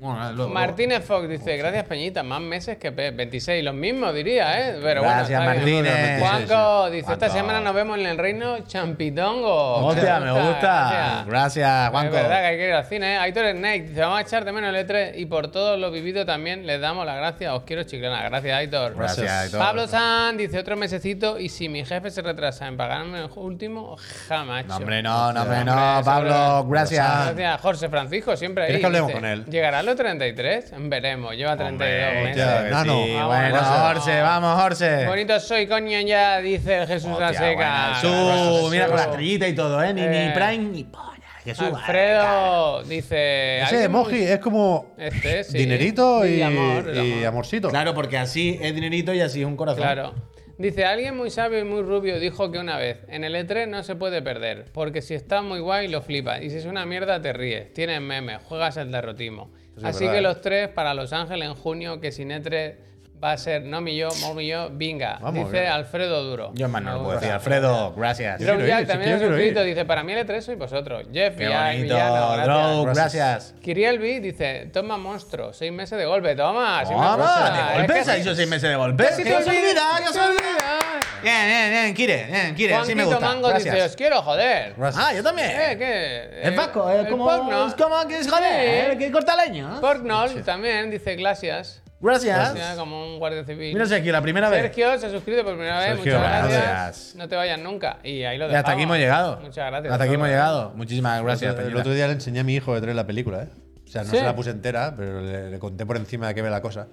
S3: Bueno, nada, luego,
S2: Martínez Fox dice, gracias Peñita, más meses que Pep. 26, los mismos diría, ¿eh? Pero
S4: Gracias,
S2: bueno, está bien.
S4: Martínez.
S2: Juanco dice,
S4: Juanco.
S2: esta semana nos vemos en el reino Champidongo.
S4: Hostia,
S2: Me
S4: me gusta.
S2: gracias.
S4: Gracias, Juanco.
S2: Es verdad que hay que ir al cine, ¿eh? Aitor Snake, dice, vamos a echar de menos el E3 y por todo lo vivido también les damos las gracias. Os quiero, chiclana. Gracias, Aitor.
S4: Gracias, Aitor.
S2: Pablo San dice, otro mesecito y si mi jefe se retrasa en pagarme el último, jamás.
S4: No, hombre, no, no, hombre,
S2: Hombre,
S4: no,
S2: eso
S4: Pablo,
S2: es-
S4: gracias.
S2: Gracias, Jorge Francisco, siempre ahí.
S3: ¿Quieres que hablemos
S2: dice,
S3: con él?
S2: ¿Llegará a los 33? Veremos, lleva 32
S4: Hombre,
S2: meses.
S4: claro que
S3: Ya, nano.
S4: sí.
S2: Vamos,
S4: Bueno,
S2: gracias.
S4: Orce, vamos, Orce.
S2: Bonito soy, coño, ya, dice Jesús
S4: Hostia,
S2: Aseca.
S4: buena. Su,
S2: Jesús.
S4: mira con la estrellita y todo, ¿eh? Ni, ni
S2: Eh.
S4: Prime ni polla. Que suba.
S2: Alfredo dice...
S3: Ese
S2: ¿alguien-
S3: emoji es como
S2: Este, sí.
S3: dinerito y,
S2: Y amor, el
S3: y
S2: amor.
S3: amorcito.
S4: Claro, porque así es dinerito y así es un corazón.
S2: Claro. Dice, alguien muy sabio y muy rubio dijo que una vez, en el E3 no se puede perder, porque si está muy guay lo flipas, y si es una mierda te ríes, tienes memes, juegas el derrotismo.
S3: es
S2: Así
S3: verdad,
S2: que
S3: ¿eh?
S2: los tres para Los Ángeles en junio, que sin E3 va a ser no mi yo, mo mi yo, vinga,
S3: Vamos,
S2: dice
S3: bien.
S2: Alfredo Duro.
S4: Yo más no lo puedo
S2: Ahora.
S4: decir. Alfredo, gracias.
S3: Yo- quiero
S2: Drone Jack
S3: ir, si
S2: también
S3: quiero,
S2: es
S3: quiero
S2: suscrito,
S3: ir.
S2: dice, para mí el E3 sois vosotros. Jeff,
S4: Qué
S2: Villar,
S4: bonito,
S2: Villano, gracias.
S4: Drow, gracias.
S2: Kiriel B dice, toma monstruo, seis meses de golpe, toma. si me gusta,
S4: Vamos, de
S2: es
S4: golpe
S2: que
S4: se ha
S2: sí.
S4: dicho seis meses de golpe.
S2: Sí,
S4: Que
S2: te
S4: se olvida, que se olvida. Bien, bien, bien, Kire, bien, Kire, así me
S2: Juanquito
S4: gusta.
S2: Mango dice, os
S4: Gracias.
S2: quiero joder.
S4: Ah, yo también.
S2: Eh, ¿qué?
S4: Es
S2: Eh,
S4: vasco, es
S2: el
S4: como,
S2: Porknol.
S4: es como que es joder,
S2: Sí.
S4: que corta leña.
S2: Porknol también dice gracias.
S4: Gracias.
S2: Gracias, Como un guardia civil.
S4: Mira, Sergio, la primera vez.
S2: Sergio se ha suscrito por primera vez.
S3: Sergio,
S2: Muchas gracias.
S4: gracias.
S2: No te vayas nunca. Y ahí lo
S4: Y
S2: dejamos.
S4: hasta aquí hemos llegado.
S2: Muchas gracias.
S4: Hasta aquí hemos
S2: Todo.
S4: llegado. Muchísimas gracias,
S3: El
S4: Peñita.
S3: otro día le enseñé a mi hijo de tres la película, ¿eh? O sea, no
S2: Sí.
S3: se la puse entera, pero le, le conté por encima de qué ve la cosa.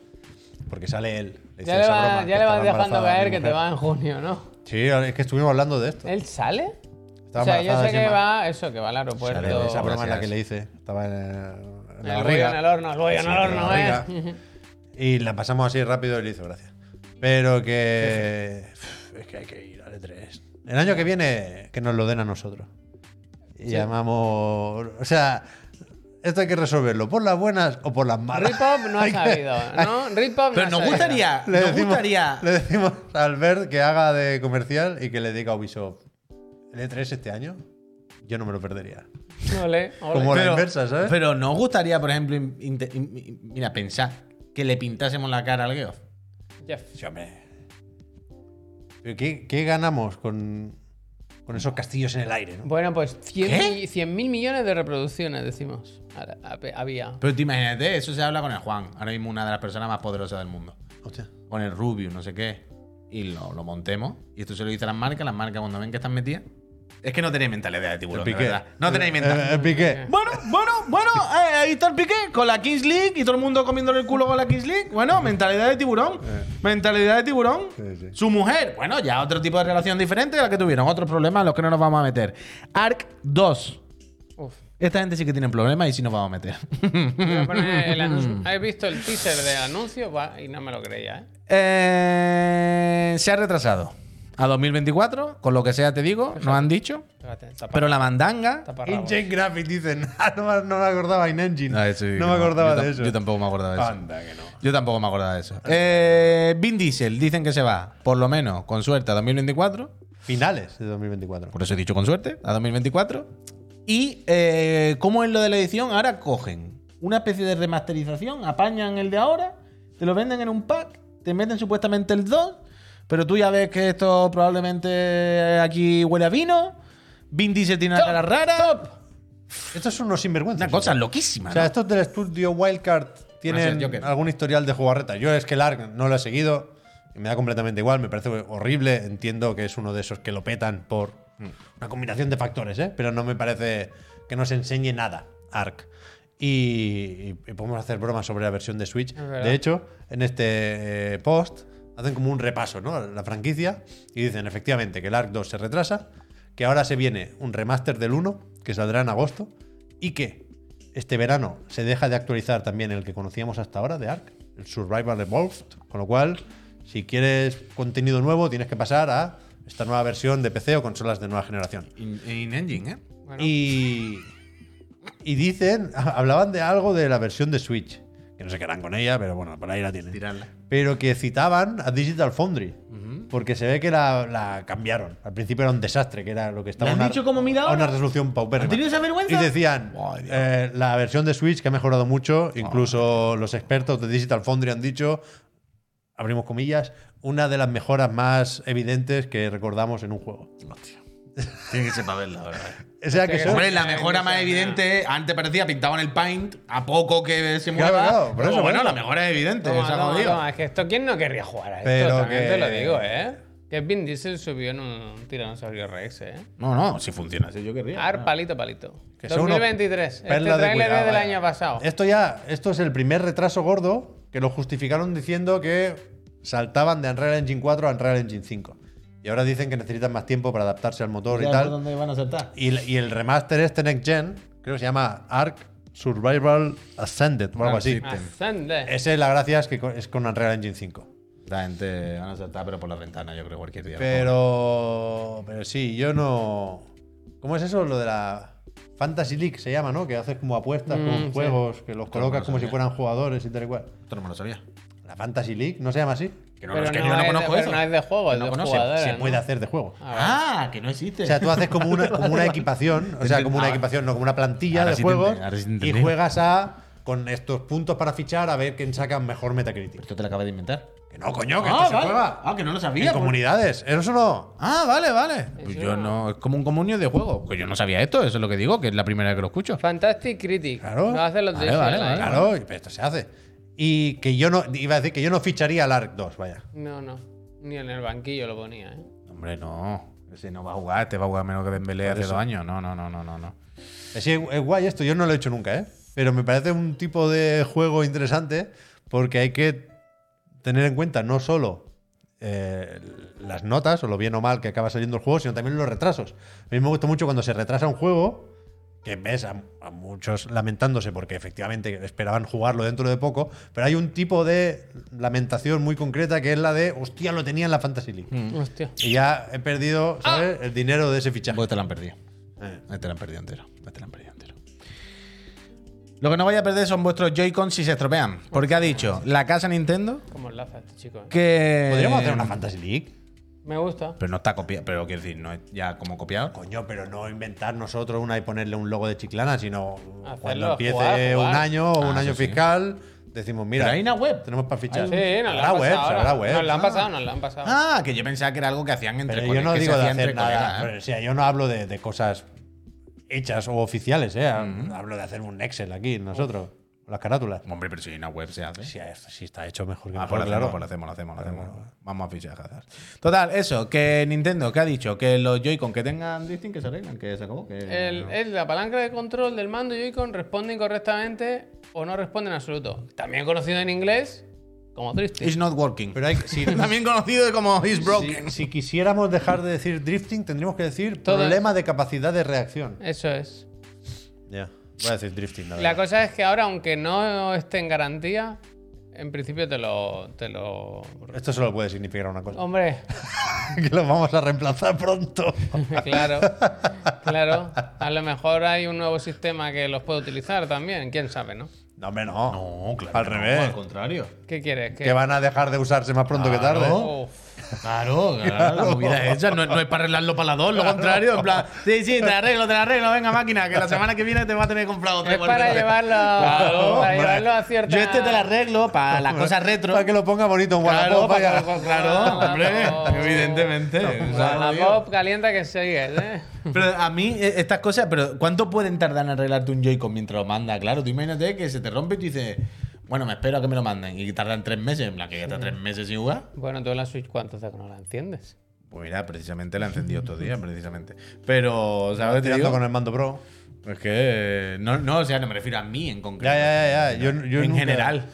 S3: Porque sale él. Le hice
S2: Ya le,
S3: esa
S2: va-
S3: broma,
S2: ya
S3: que
S2: le vas
S3: estaba
S2: dejando
S3: embarazada
S2: caer
S3: mi
S2: que te
S3: mujer.
S2: va en junio, ¿no?
S3: Sí, es que estuvimos hablando de esto.
S2: ¿Él sale?
S3: Estaba
S2: o sea, yo
S3: embarazada
S2: sé que
S3: encima.
S2: va, eso, que va al aeropuerto.
S4: Sale de
S3: Esa broma es la
S4: Gracias.
S3: que le hice. Estaba en, en la
S2: el bollo en el
S3: barriga.
S2: horno, el bollo en el
S3: en la
S2: horno, ¿eh?
S3: barriga. Y la pasamos así rápido y le hizo gracias. Pero que. Es que hay que ir al E3. El año que viene, que nos lo den a nosotros. Y llamamos. O sea, esto hay que resolverlo por las buenas o por las malas.
S2: Ripop no ha
S3: Hay que-
S2: sabido, ¿no? Ripop
S4: Pero
S2: no ha
S4: nos
S2: sabido.
S4: gustaría,
S3: Le
S4: nos
S3: decimos,
S4: gustaría.
S3: le decimos a Albert que haga de comercial y que le diga a Ubisoft: el E3 este año, yo no me lo perdería.
S2: Ole, ole.
S3: Como- la inversa, ¿sabes?
S4: Pero nos gustaría, por ejemplo, in- inte- in- in- mira, pensar que le pintásemos la cara al Geoff.
S2: Jeff.
S3: Sí, hombre. ¿Pero qué, qué ganamos con, con esos castillos en el aire? ¿no?
S2: Bueno, pues 100
S4: ¿Qué?
S2: mil, 100.000 millones de reproducciones, decimos. Ahora, hab- Había.
S4: Pero te imagínate, eso se habla con el Juan, ahora mismo una de las personas más poderosas del mundo.
S3: Hostia.
S4: Con el Rubius, no sé qué. Y lo, lo montemos. Y esto se lo dice a las marcas, las marcas cuando ven que están metidas. Es que no tenéis mentalidad de tiburón, de
S3: Piqué.
S4: verdad. No tenéis
S3: Eh,
S4: mentalidad.
S3: eh, Piqué.
S4: Bueno, bueno, bueno, eh, ahí está el piqué con la Kings League y todo el mundo comiéndole el culo con la Kings League. Bueno, mentalidad de tiburón. Mentalidad de tiburón.
S3: Sí, sí.
S4: Su mujer, bueno, ya otro tipo de relación diferente de la que tuvieron. Otros problemas en los que no nos vamos a meter. Arc 2.
S2: Uf.
S4: Esta gente sí que tiene problemas y sí nos vamos a meter.
S2: Voy a poner el anuncio. ¿Habéis visto el teaser del anuncio? Va, y no me lo creía, ¿eh?
S4: Eh, se ha retrasado a 2024, con lo que sea te digo, nos han dicho.
S2: Fíjate, tapa-
S4: Pero la mandanga...
S2: taparrabos.
S3: Engine Graphics dicen. Ah, no, me- no me acordaba en Engine.
S4: Ah, eso Ah, sí que
S3: no me acordaba
S4: Yo tam-
S3: de eso.
S4: Yo tampoco me acordaba de eso.
S3: Anda, que no.
S4: Yo tampoco me acordaba de eso. Eh, Vin Diesel, dicen que se va, por lo menos, con suerte, a 2024.
S3: Finales de 2024.
S4: Por eso he dicho con suerte, a 2024. Y, eh, ¿cómo es lo de la edición? Ahora cogen una especie de remasterización, apañan el de ahora, te lo venden en un pack, te meten supuestamente el 2, pero tú ya ves que esto probablemente aquí huele a vino. Vin Diesel tiene una cara rara.
S3: Estos son unos sinvergüenzas.
S4: Una cosa
S3: O sea,
S4: loquísima.
S3: O sea,
S4: ¿no?
S3: estos del estudio Wildcard tienen
S4: Gracias, Joker.
S3: algún historial de jugarreta. Yo es que el ARC no lo he seguido. y Me da completamente igual. Me parece horrible. Entiendo que es uno de esos que lo petan por una combinación de factores, ¿eh? Pero no me parece que nos enseñe nada ARC. Y, y- y podemos hacer bromas sobre la versión de Switch.
S2: verdad.
S3: De hecho, en este eh, post hacen como un repaso, ¿no? A La franquicia. Y dicen efectivamente que el ARC 2 se retrasa. Que ahora se viene un remaster del 1 que saldrá en agosto. Y que este verano se deja de actualizar también el que conocíamos hasta ahora de Ark, el Survival Evolved, con lo cual, si quieres contenido nuevo, tienes que pasar a esta nueva versión de PC o consolas de nueva generación.
S4: In- In-engine, ¿eh?
S2: Bueno.
S3: Y, y dicen, hablaban de algo de la versión de Switch, que no sé qué harán con ella, pero bueno, por ahí la tienen.
S4: Tirarla.
S3: Pero que citaban a Digital Foundry.
S4: Ujú.
S3: Porque se ve que la, la cambiaron. Al principio era un desastre, que era lo que estaba.
S4: ¿Le han
S3: una-
S4: dicho cómo mira
S3: a
S4: ahora?
S3: Una resolución paupérrima.
S4: ¿Han tenido esa vergüenza?
S3: Y decían,
S1: Madre mía.
S3: eh, la versión de Switch que ha mejorado
S4: Ah.
S3: mucho, incluso los expertos de Digital Foundry han dicho, abrimos comillas, una de las mejoras más evidentes que recordamos en un juego.
S1: Hostia. Tiene que ser para verla, la verdad.
S3: O sea que
S2: Sí,
S3: eso-
S1: Hombre, la mejora
S2: no
S1: más
S2: sea
S1: evidente, antes parecía pintado en el paint, a poco que se mueva.
S3: Claro, claro, por
S1: pero
S3: eso,
S1: bueno,
S3: por eso.
S1: la mejora es evidente.
S2: Toma,
S1: o sea,
S2: toma,
S1: como digo.
S2: toma, es que esto, ¿quién no querría jugar a esto?
S3: Pero
S2: También
S3: que-
S2: te lo digo, ¿eh? Que Vin Diesel subió en un tiranosaurio Rex, ¿eh?
S1: No, no, si funciona, si yo querría.
S2: Ar, palito, palito.
S3: Que son unos
S2: 2023. Este
S3: perlas de
S2: trailer
S3: cuidado,
S2: es del
S3: eh.
S2: año pasado.
S3: Esto ya, esto es el primer retraso gordo que lo justificaron diciendo que saltaban de Unreal Engine 4 a Unreal Engine 5. Y ahora dicen que necesitan más tiempo para adaptarse al motor y
S4: Ya, ¿por
S3: tal.
S4: dónde van a acertar?
S3: Y, el- y el remaster este Next Gen, creo que se llama Ark Survival Ascended o algo
S2: Ah,
S3: así.
S2: Ascende.
S3: Ese, la gracia es que co- es con Unreal Engine 5.
S1: La gente van a saltar, pero por la ventana, yo creo, cualquier día.
S3: Pero. Pero sí, yo no. ¿Cómo es eso? Lo de la. Fantasy League se llama, ¿no? Que haces como apuestas
S2: Mm, sí.
S3: con juegos, que los colocas
S1: no
S3: como si
S1: sabía.
S3: fueran jugadores y tal y cual.
S1: Esto no me lo sabía.
S3: La Fantasy League, ¿no se llama así?
S1: Que no,
S2: Pero
S1: es que
S2: no
S1: yo no
S2: es de-
S1: conozco
S2: pero
S1: eso.
S2: no es de juego,
S1: Que
S2: es de
S1: conoce.
S2: jugadores.
S3: Se
S2: no.
S3: puede hacer de juego.
S1: Ah, que no existe.
S3: O sea, tú haces como una, como una equipación, o sea, como una
S1: Ahora-
S3: equipación, no como una plantilla
S1: Ah. ahora
S3: de
S1: sí te
S3: juegos
S1: entiendo, ahora sí te
S3: y
S1: entendí.
S3: juegas a con estos puntos para fichar a ver quién saca mejor Metacritic.
S1: Esto te lo acabas de inventar.
S3: Que no, coño, que
S1: Ah,
S3: esto
S1: vale.
S3: se juega
S1: Ah, que no lo sabía.
S3: en
S1: pues.
S3: comunidades, eso no.
S1: Ah, vale, vale. Pues
S2: Eso
S1: yo
S2: no.
S1: no, es como un comunio de juego. Que yo no sabía esto, eso es lo que digo, que es la primera vez que lo escucho.
S2: Pues Fantastic Critic.
S3: Claro.
S2: Lo hacen los
S1: Vale,
S2: de
S1: vale,
S2: Shell, ¿eh?
S1: vale.
S3: Claro, y- pero esto se hace. Y que yo no iba a decir que yo no ficharía al ARC 2, vaya.
S2: No, no. Ni en el banquillo lo ponía, ¿eh?
S1: Hombre, no. Ese no va a jugar, te va a jugar menos que Dembélé hace dos años. No, no, no, no, no, no.
S3: Es, es guay esto, yo no lo he hecho nunca, ¿eh? Pero me parece un tipo de juego interesante porque hay que tener en cuenta no solo eh, las notas o lo bien o mal que acaba saliendo el juego, sino también los retrasos. A mí me gusta mucho cuando se retrasa un juego, que ves a, a muchos lamentándose porque efectivamente esperaban jugarlo dentro de poco, pero hay un tipo de lamentación muy concreta que es la de, hostia, lo tenía en la Fantasy League.
S2: Mm.
S1: Mm.
S2: Hostia.
S3: Y ya he perdido, ¿sabes? El dinero de ese fichaje.
S1: Pues te la han perdido.
S3: Eh.
S1: Te la han perdido entero. Te la han perdido entero. Lo que no vaya a perder son vuestros Joy-Cons si se estropean. Porque ha dicho la casa Nintendo
S2: Cómo enlaza este chico. ¿eh?
S1: que.
S3: Podríamos hacer una Fantasy League.
S2: Me gusta.
S1: Pero no está copiado. Pero quiero decir, no es ya como copiado.
S3: Coño, pero no inventar nosotros una y ponerle un logo de chiclana, sino
S2: Hacerlo,
S3: cuando empiece
S2: jugar, jugar.
S3: un año o un
S1: Ah,
S3: año
S1: eso sí.
S3: fiscal, decimos, mira,
S1: Pero hay una web.
S3: tenemos para fichar.
S2: Sí, nos la
S3: Habrá
S2: han
S3: web,
S2: pasado.
S3: habrá
S2: ahora.
S3: web.
S2: Nos la han
S3: Ah,
S2: pasado, nos la han pasado.
S1: Ah, que yo pensaba que era algo que hacían entre
S3: Pero yo
S1: colegas,
S3: no
S1: que se
S3: digo de
S1: hacía
S3: hacer
S1: entre
S3: nada.
S1: colegas, ¿eh?
S3: pero, o sea, yo no hablo de, de cosas hechas o oficiales, ¿eh? Hablo de hacer un Excel aquí, nosotros, las carátulas.
S1: Hombre, pero si hay una web se hace.
S3: Si, esto- si está hecho mejor que
S1: Ah,
S3: mejor,
S1: pues lo hacemos,
S3: claro.
S1: pues lo hacemos, lo hacemos, lo hacemos. Vamos a fichar Hazard. Total, eso, que Nintendo, que ha dicho que los Joy-Con que tengan Drifting que se arreglan, que se acabó. Que...
S2: El- el- la palanca de control del mando y Joy-Con responde incorrectamente o no responde en absoluto. También conocido en inglés como Drifting.
S1: It's not working.
S3: Pero hay que- si,
S1: También conocido como Eh. It's broken.
S3: si- si quisiéramos dejar de decir drifting, tendríamos que decir
S2: Todo-
S3: problema de capacidad de reacción.
S2: Eso es.
S3: Ya, voy a decir drifting, la
S2: La
S3: verdad.
S2: cosa es que ahora, aunque no esté en garantía, en principio te lo. Te lo...
S3: Esto solo puede significar una cosa.
S2: Hombre,
S3: que los vamos a reemplazar pronto.
S2: claro, claro. A lo mejor hay un nuevo sistema que los puede utilizar también, quién sabe, ¿no?
S3: No, hombre, no.
S1: No, claro.
S3: Al
S1: que no,
S3: revés.
S1: al contrario.
S2: ¿Qué quieres? Oh, ¿Qué?
S3: Que van a dejar de usarse más pronto que tarde.
S1: Claro.
S2: Uf.
S1: Claro, claro, la movida es esa, no, no es para arreglarlo para las dos, lo contrario, en plan, sí, sí, te arreglo, te arreglo, venga máquina, que la semana que viene te va a tener comprado
S2: Es
S1: tres
S2: para llevarlo, para
S1: hombre.
S2: llevarlo a cierta.
S1: Yo este te lo arreglo para las cosas retro.
S3: Para que lo ponga bonito en
S1: Claro,
S3: Wallapop.
S1: para-
S3: vaya.
S1: claro,
S2: Vamos.
S1: hombre, evidentemente. o sea,
S2: La
S1: digo.
S2: pop calienta que sigues, ¿eh?
S1: Pero a mí, eh, estas cosas, pero ¿cuánto pueden tardar en arreglarte un Joy-Con mientras lo manda? Claro, tú imagínate que se te rompe y tú dices, bueno, me espero a que me lo manden. Y tardan tres meses, en plan que ya está tres meses sin jugar.
S2: Bueno, tú en la Switch, ¿cuánto hace que no la enciendes?
S1: Pues mira, precisamente la encendí estos días, precisamente. Pero, ¿sabes? Te
S3: Tirando
S1: digo?
S3: con el mando pro.
S1: Es que. eh, No, no, o sea, no me refiero a mí en concreto.
S3: Ya, ya, ya. ya. Yo, yo
S1: en
S3: nunca-
S1: general.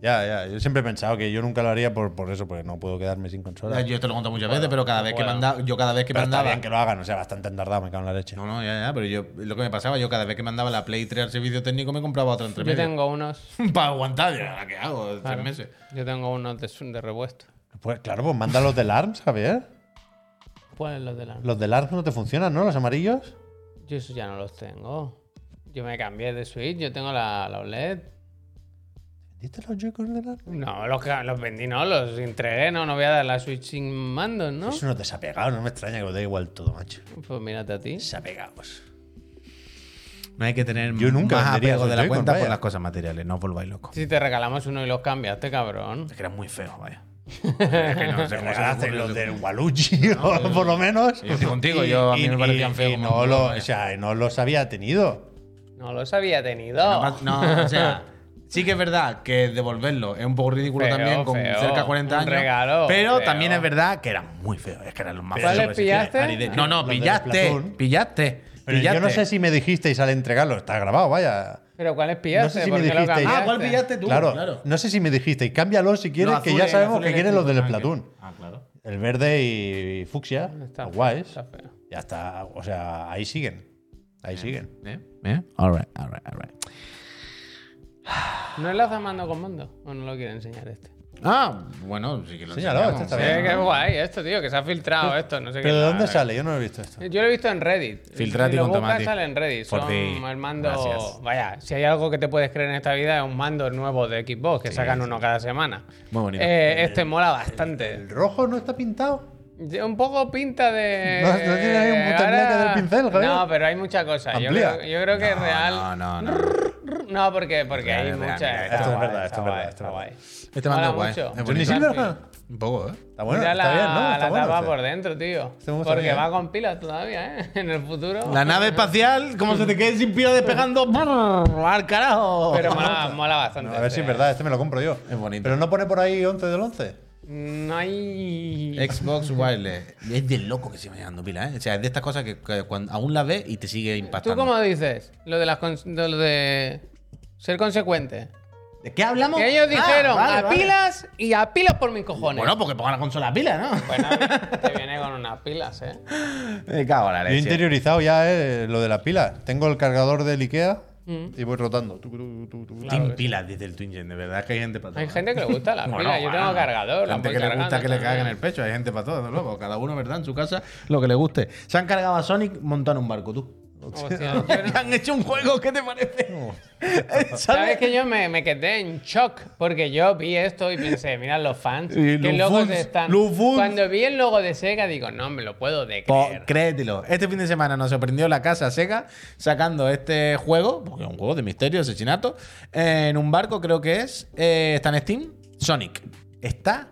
S3: Ya, ya. Yo siempre he pensado que yo nunca lo haría por, por eso, porque no puedo quedarme sin consola.
S1: Yo te lo conto muchas veces, pero cada vez que mandaba. Yo cada vez que
S3: pero está
S1: mandaba.
S3: bien que lo hagan, o sea, bastante han tardado, me cago en la leche.
S1: No, no, ya, ya, pero yo lo que me pasaba, yo cada vez que mandaba la Play 3 al servicio técnico me compraba otra entre
S2: Yo
S1: medio.
S2: tengo unos.
S1: Para aguantar, yo, ¿ahora qué hago? Tres meses.
S2: Yo tengo unos de, su- de repuesto.
S3: Pues claro, pues manda los del ARMS, Javier.
S2: ¿Cuáles los de la
S3: Los del ARMS no te funcionan, ¿no? Los amarillos.
S2: Yo eso ya no los tengo. Yo me cambié de Switch, yo tengo la, la OLED.
S3: ¿Vendiste los Joy-Con de la
S2: No, los, ca- los vendí, no, los entregué, no, no voy a dar la Switch sin mandos, ¿no?
S3: Eso no te se ha pegado, no me extraña que lo dé igual todo, macho.
S2: Pues mírate a ti.
S3: Se ha pegado. pues. eso.
S4: No hay que tener
S3: Yo nunca
S4: más
S3: vendería
S4: apego
S3: esos
S4: de la
S3: Joy-Con,
S4: cuenta
S3: vaya.
S4: por las cosas materiales. No os volváis locos.
S2: Si te regalamos uno y los cambiaste, cabrón.
S4: Es que eran muy feos, vaya. Es que no sé
S3: Te
S4: cómo se
S3: regalaste
S4: le ocurrió
S3: los
S4: que-
S3: del Waluigi, o por lo menos.
S4: Yo estoy contigo, yo- a mí me parecían feos
S3: y
S4: como
S3: no,
S4: un eh.
S3: lo,
S4: huevo,
S3: o sea, no los había tenido.
S2: No los había
S4: No,
S2: tenido.
S4: no, o sea, sí que es verdad que devolverlo es un poco ridículo
S2: Feo,
S4: también con
S2: feo.
S4: cerca de 40
S2: Un
S4: años.
S2: regalo,
S4: pero
S2: feo.
S4: también es verdad que eran muy feos, es que eran los más
S3: Pero
S4: feos.
S2: ¿Cuáles pillaste?
S4: Aride- Ah, No, no,
S3: Los de
S4: pillaste,
S3: Splatoon.
S4: pillaste.
S3: Pero
S4: pillaste.
S3: yo no sé si me dijisteis al entregarlo, está grabado, vaya.
S2: Pero ¿cuáles pillaste?
S3: No sé si
S2: ¿Por
S3: me
S2: qué lo
S3: dijisteis.
S2: cambiaste?
S4: Ah, ¿cuál pillaste tú?
S3: claro, no sé si me dijisteis, cámbialo si quieres,
S4: Los
S3: que ya
S4: azules,
S3: sabemos
S4: azules
S3: que quieres los del
S4: eléctricos.
S3: Splatoon.
S4: Ah, claro.
S3: El verde y fucsia,
S4: Ah,
S2: Está
S3: los
S2: feo,
S3: guays.
S2: está feo.
S3: Ya está, o sea, ahí siguen. Ahí siguen.
S4: ¿Eh? ¿Eh? All right, all right, all right.
S2: ¿No enlaza mando con mando? ¿O no lo quiere enseñar este?
S4: Ah, bueno, sí que lo
S3: Señaló,
S4: enseñamos.
S3: este está
S2: Sí,
S3: bien.
S2: qué guay esto, tío, que se ha filtrado esto, no sé qué.
S3: ¿Pero de dónde
S2: Ah,
S3: sale? Yo no lo he visto esto.
S2: Yo lo he visto en Reddit.
S4: Filtrati
S2: si lo
S4: con
S2: buscas,
S4: tomate.
S2: sale en Reddit.
S4: Por
S2: Son
S4: ti.
S2: el mando.
S4: Gracias.
S2: Vaya, si hay algo que te puedes creer en esta vida es un mando nuevo de Xbox que sacan uno cada semana.
S4: Muy bonito.
S2: Eh, este mola bastante.
S3: ¿El rojo no está pintado?
S2: Un poco pinta de.
S3: No, no tiene ahí un puto
S2: Ahora-
S3: blanco del pincel, Javier.
S2: No, pero hay mucha cosa. Yo
S3: Amplía.
S2: creo, yo creo que es real.
S4: No, no, no.
S2: No, porque, porque
S4: Real,
S2: hay
S4: real,
S2: mucha. está
S4: real.
S3: Esto es
S2: guay,
S3: verdad,
S2: está
S3: esto es
S2: guay, está
S3: verdad, esto es
S2: guay.
S4: Este mando
S2: Mola
S4: es guay.
S2: mucho.
S4: Es bonito.
S3: ¿Johnny Silverhand?
S4: Un poco, ¿eh?
S3: Está bueno,
S2: Mira
S3: está
S2: la,
S3: bien, ¿no? Está
S2: la
S3: bueno
S2: tapa
S3: este.
S2: por dentro, tío.
S3: Este me gusta
S2: Porque
S3: bien.
S2: va con pilas todavía, ¿eh? En el futuro.
S4: La nave espacial, como se te quede sin pila despegando. brrr, ¡Al carajo!
S2: Pero mola, mola bastante.
S3: No, a ver si
S2: este.
S3: es verdad, este me lo compro yo.
S4: Es bonito.
S3: Pero no pone por ahí 11 del 11.
S2: No hay.
S4: Xbox Wireless. Es de loco que siga llegando pila, ¿eh? O sea, es de estas cosas que, que cuando aún la ves y te sigue
S2: ¿Tú
S4: impactando.
S2: cómo dices? Lo de las cons- de, lo de ser consecuente.
S4: ¿De qué hablamos?
S2: Que ellos
S4: Ah,
S2: dijeron
S4: vale,
S2: a
S4: vale.
S2: pilas y a pilas por mis cojones.
S4: Bueno, porque pongan la consola a pila, ¿no?
S2: Bueno, te viene con unas pilas, ¿eh?
S4: Me cago en la
S3: Yo he interiorizado ya eh, lo de la pila. Tengo el cargador del Ikea
S2: Mm.
S3: y voy rotando. Tuc, tuc, tuc, tuc.
S4: Team pilas, dice el Twingen. De verdad que hay gente para todo.
S2: Hay
S4: ¿eh?
S2: gente que le gusta las
S4: Bueno,
S2: pilas. Yo
S4: bueno.
S2: tengo cargador. las
S4: Gente
S2: voy
S4: que le gusta
S2: cargando
S4: que le caguen
S2: también.
S4: el pecho. Hay gente para todo, desde luego. Cada uno, ¿verdad? En su casa, lo que le guste. Se han cargado a Sonic montando un barco, tú.
S2: Hostia, yo Oh, no-
S4: han hecho un juego, ¿qué te parece?
S2: ¿Sabes que yo me, me quedé en shock? Porque yo vi esto y pensé, mirad los fans,
S4: Y
S2: qué
S4: los
S2: locos
S4: fans,
S2: están.
S4: los fans.
S2: Cuando vi el logo de Sega, digo, no me lo puedo de
S4: Po-
S2: creer.
S4: créetelo. Este fin de semana nos sorprendió la casa Sega sacando este juego, porque es un juego de misterio, asesinato, eh, en un barco, creo que es. eh, está en Steam. Sonic está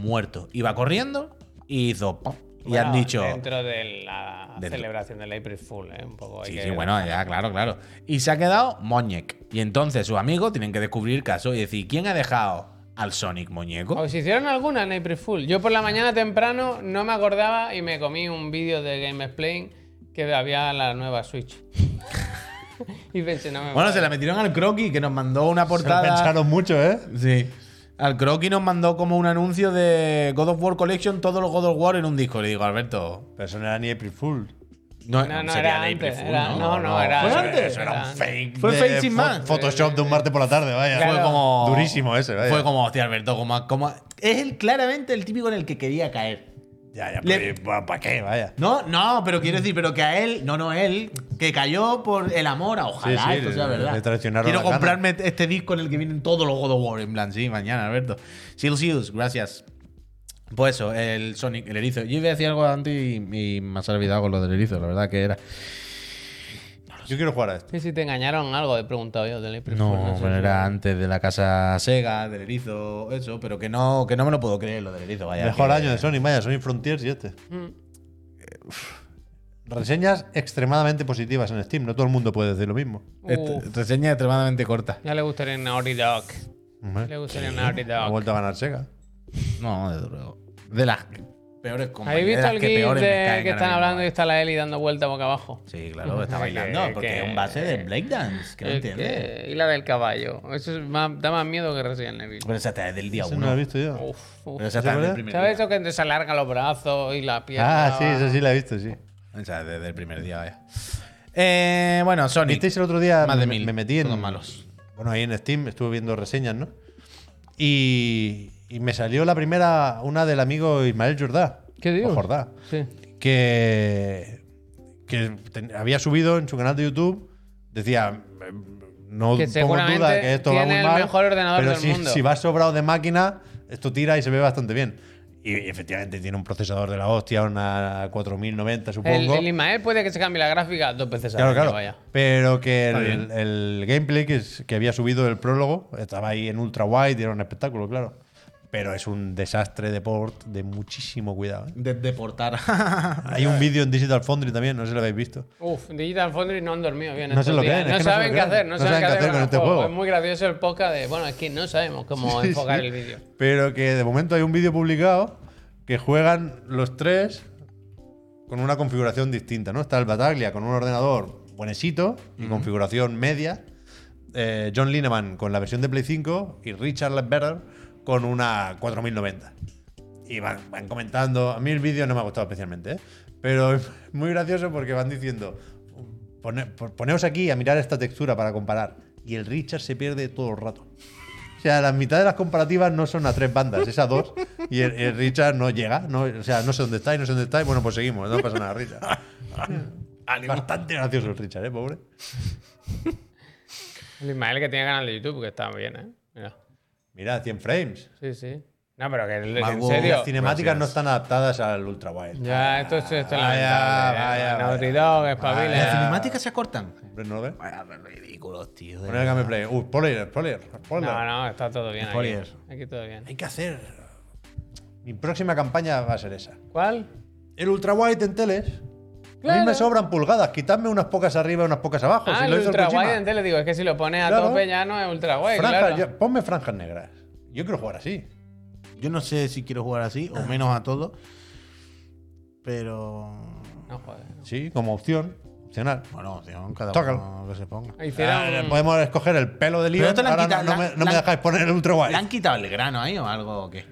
S4: muerto. Iba corriendo y hizo. pop. Y
S2: Bueno,
S4: han dicho.
S2: Dentro de la
S4: Dentro.
S2: celebración del April Fool, ¿eh? Un poco. hay
S4: Sí,
S2: que-
S4: sí, bueno, ya, claro, claro. Y se ha quedado Moñek. Y entonces sus amigos tienen que descubrir caso y decir: ¿quién ha dejado al Sonic muñeco?
S2: ¿Os hicieron alguna en April Fool? Yo por la mañana temprano no me acordaba y me comí un vídeo de Game Explain que había la nueva Switch. y pensé, no me
S4: Bueno,
S2: vale.
S4: se la metieron al croquis que nos mandó una
S3: Se lo
S4: portada.
S3: pensaron mucho, ¿eh?
S4: Sí. Al Croqui nos mandó como un anuncio de God of War Collection, todos los God of War en un disco. Le digo, Alberto.
S3: Pero eso no era ni April Fool.
S2: No, no,
S4: sería
S2: era
S4: de April
S2: antes,
S4: Fool,
S2: era- no, no, era-
S4: Eso
S2: era-
S4: Eso era un
S2: era-
S4: fake.
S3: De
S4: Fue fake sin
S3: fo-
S4: más.
S3: Photoshop de un martes por la tarde, vaya.
S4: Fue como.
S3: Durísimo ese, vaya.
S4: Fue como, hostia, Alberto, como. como es el, claramente el típico en el que quería caer.
S3: Ya, ya,
S4: Le-
S3: ¿para qué? Vaya.
S4: No, no, pero quiero decir, pero que a él, no, no, él, que cayó por el amor a ojalá,
S3: Sí, sí,
S4: esto sea
S3: le-
S4: verdad.
S3: le traicionaron
S4: Quiero
S3: la gana.
S4: comprarme este disco en el que vienen todos los God of War, en plan, sí, mañana, Alberto. Silsius, gracias. Pues eso, el Sonic, el erizo. Yo iba a decir algo antes y, y me has olvidado con lo del erizo, la verdad que era.
S3: Yo quiero jugar a esto.
S2: Sí, si te engañaron algo, he preguntado yo del April Fool.
S4: No,
S2: sé
S4: pero
S2: si-
S4: era antes de la casa Sega, del erizo, eso, pero que no, que no me lo puedo creer lo del erizo, vaya.
S3: Mejor
S4: que-
S3: año de Sony, vaya, Sony Frontiers y este.
S2: Mm.
S3: Reseñas extremadamente positivas en Steam. No todo el mundo puede decir lo mismo.
S4: Est-
S2: Uf.
S4: Reseña extremadamente corta.
S2: Uh, Ya le gustaría un Naughty Dog. Le gustaría un Naughty
S3: Ha
S2: Dog.
S3: vuelto a ganar Sega.
S4: No, desde luego. De las peores compañías.
S2: ¿Habéis visto
S4: las
S2: el
S4: que
S2: GIF
S4: peores me
S2: de
S4: caen
S2: que
S4: ahora
S2: están
S4: mismo, eh?
S2: hablando y
S4: vaya.
S2: está la Eli dando vuelta boca abajo?
S4: Sí, claro, está
S2: Que-
S4: bailando porque es un base de breakdance, que no
S2: Eh,
S4: entiendes.
S2: que- Y la del caballo. Eso es más- da más miedo que Resident Evil.
S4: Pero esa está desde el día
S3: Eso no lo he
S4: uno.
S3: visto yo.
S2: Uf, uf.
S4: Pero esa está desde el
S3: ¿verdad?
S4: primer
S2: ¿Sabes
S4: día.
S2: eso que se alarga los brazos y la pierna?
S3: Ah, sí,
S2: va?
S3: eso sí la he visto, sí.
S4: Esa es desde el primer día, vaya. Eh, bueno, Sonic.
S3: ¿Visteis el otro día?
S4: Más de
S3: me-
S4: mil.
S3: Me metí en.
S4: Todos malos.
S3: Bueno, ahí en Steam estuve viendo reseñas, ¿no? Y, y me salió la primera, una del amigo Ismael Jordá.
S2: ¿Qué digo?
S3: O Jordá.
S2: Sí.
S3: que, que ten- había subido en su canal de YouTube, decía, No
S2: Que
S3: pongo en duda
S2: seguramente
S3: que esto va
S2: tiene
S3: muy
S2: el
S3: mal.
S2: mejor ordenador
S3: pero
S2: del
S3: si,
S2: mundo.
S3: si vas sobrado de máquina, esto tira y se ve bastante bien. Y, y efectivamente tiene un procesador de la hostia, una 4090,
S2: El,
S3: supongo.
S2: el Ismael puede que se cambie la gráfica dos veces
S3: Claro,
S2: al año,
S3: claro.
S2: vaya.
S3: Pero que
S4: Está
S3: el,
S4: bien.
S3: el gameplay que, es- que había subido el prólogo estaba ahí en ultra wide y era un espectáculo, claro. Pero es un desastre de port de muchísimo cuidado. ¿eh?
S4: De deportar. Ah,
S3: Hay un vídeo en Digital Foundry también, no sé si lo habéis visto.
S2: Uf, Digital Foundry no han dormido bien.
S3: No sé
S2: estos
S3: lo que
S2: días. No
S3: es, es que no sé
S2: saben
S3: lo
S2: qué
S3: que es.
S2: hacer, no, saben qué hacer con este
S3: juego.
S2: Es muy gracioso el podcast de. Bueno, es que no sabemos cómo
S3: Sí,
S2: enfocar
S3: sí.
S2: el vídeo.
S3: Pero que de momento hay un vídeo publicado que juegan los tres con una configuración distinta, ¿no? Está el Bataglia con un ordenador buenesito y configuración media. eh, John Lineman con la versión de Play 5 y Richard Ledbetter con una 4090. Y van, van comentando. A mí el vídeo no me ha gustado especialmente, ¿eh? pero es muy gracioso porque van diciendo: "Pone- po- poneos aquí a mirar esta textura para comparar. Y el Richard se pierde todo el rato. O sea, la mitad de las comparativas no son a tres bandas, es a dos. Y el, el Richard no llega. No, o sea, no sé dónde está y no sé dónde está. Y bueno, pues seguimos, no pasa nada, Richard. Bastante gracioso el Richard, ¿eh, pobre?
S2: El Ismael que tiene canal de YouTube, que está bien, ¿eh? Mira.
S3: Mira, 100 frames.
S2: Sí, sí. No, pero que el- en
S4: Mago,
S2: serio.
S3: Las cinemáticas
S4: Gracias.
S3: no están adaptadas al ultrawide.
S2: Ya, esto, esto, esto es
S3: Vaya,
S2: lamentable. ¿eh?
S3: vaya, vaya.
S2: Naughty Dog, espabila.
S3: Vaya.
S4: Las cinemáticas se acortan.
S3: Hombre, ¿No lo ves?
S4: Vaya, ridículos, tío. de
S3: Poner el
S4: verdad.
S3: gameplay. Uh, spoiler, spoiler, spoiler.
S2: No, no, está todo bien aquí.
S4: Spoilers.
S2: Aquí todo bien.
S3: Hay que hacer. Mi próxima campaña va a ser esa.
S2: ¿Cuál?
S3: El ultrawide en teles. A mí
S2: Claro.
S3: me sobran pulgadas. Quitadme unas pocas arriba y unas pocas abajo.
S2: Ah,
S3: si
S2: el
S3: lo hizo
S2: ultra
S3: Kojima.
S2: wide en tele, digo, es que si lo pones a
S3: Claro.
S2: tope ya no es ultra wide,
S3: Franjas,
S2: claro.
S3: yo- ponme franjas negras. Yo quiero jugar así.
S4: Yo no sé si quiero jugar así o menos a todo. Pero.
S2: No joder.
S3: Sí, como opción. Opcional.
S4: Bueno, opción, cada
S3: Tócalo.
S4: uno que se ponga.
S2: Hicieron.
S3: Ah, Podemos escoger el pelo del
S4: Pero
S3: lío.
S4: esto le han
S3: Ahora
S4: quitado-
S3: no, no
S4: la-
S3: me, no me
S4: la-
S3: dejáis poner el ultrawide.
S4: ¿Le han quitado el grano ahí o algo o qué?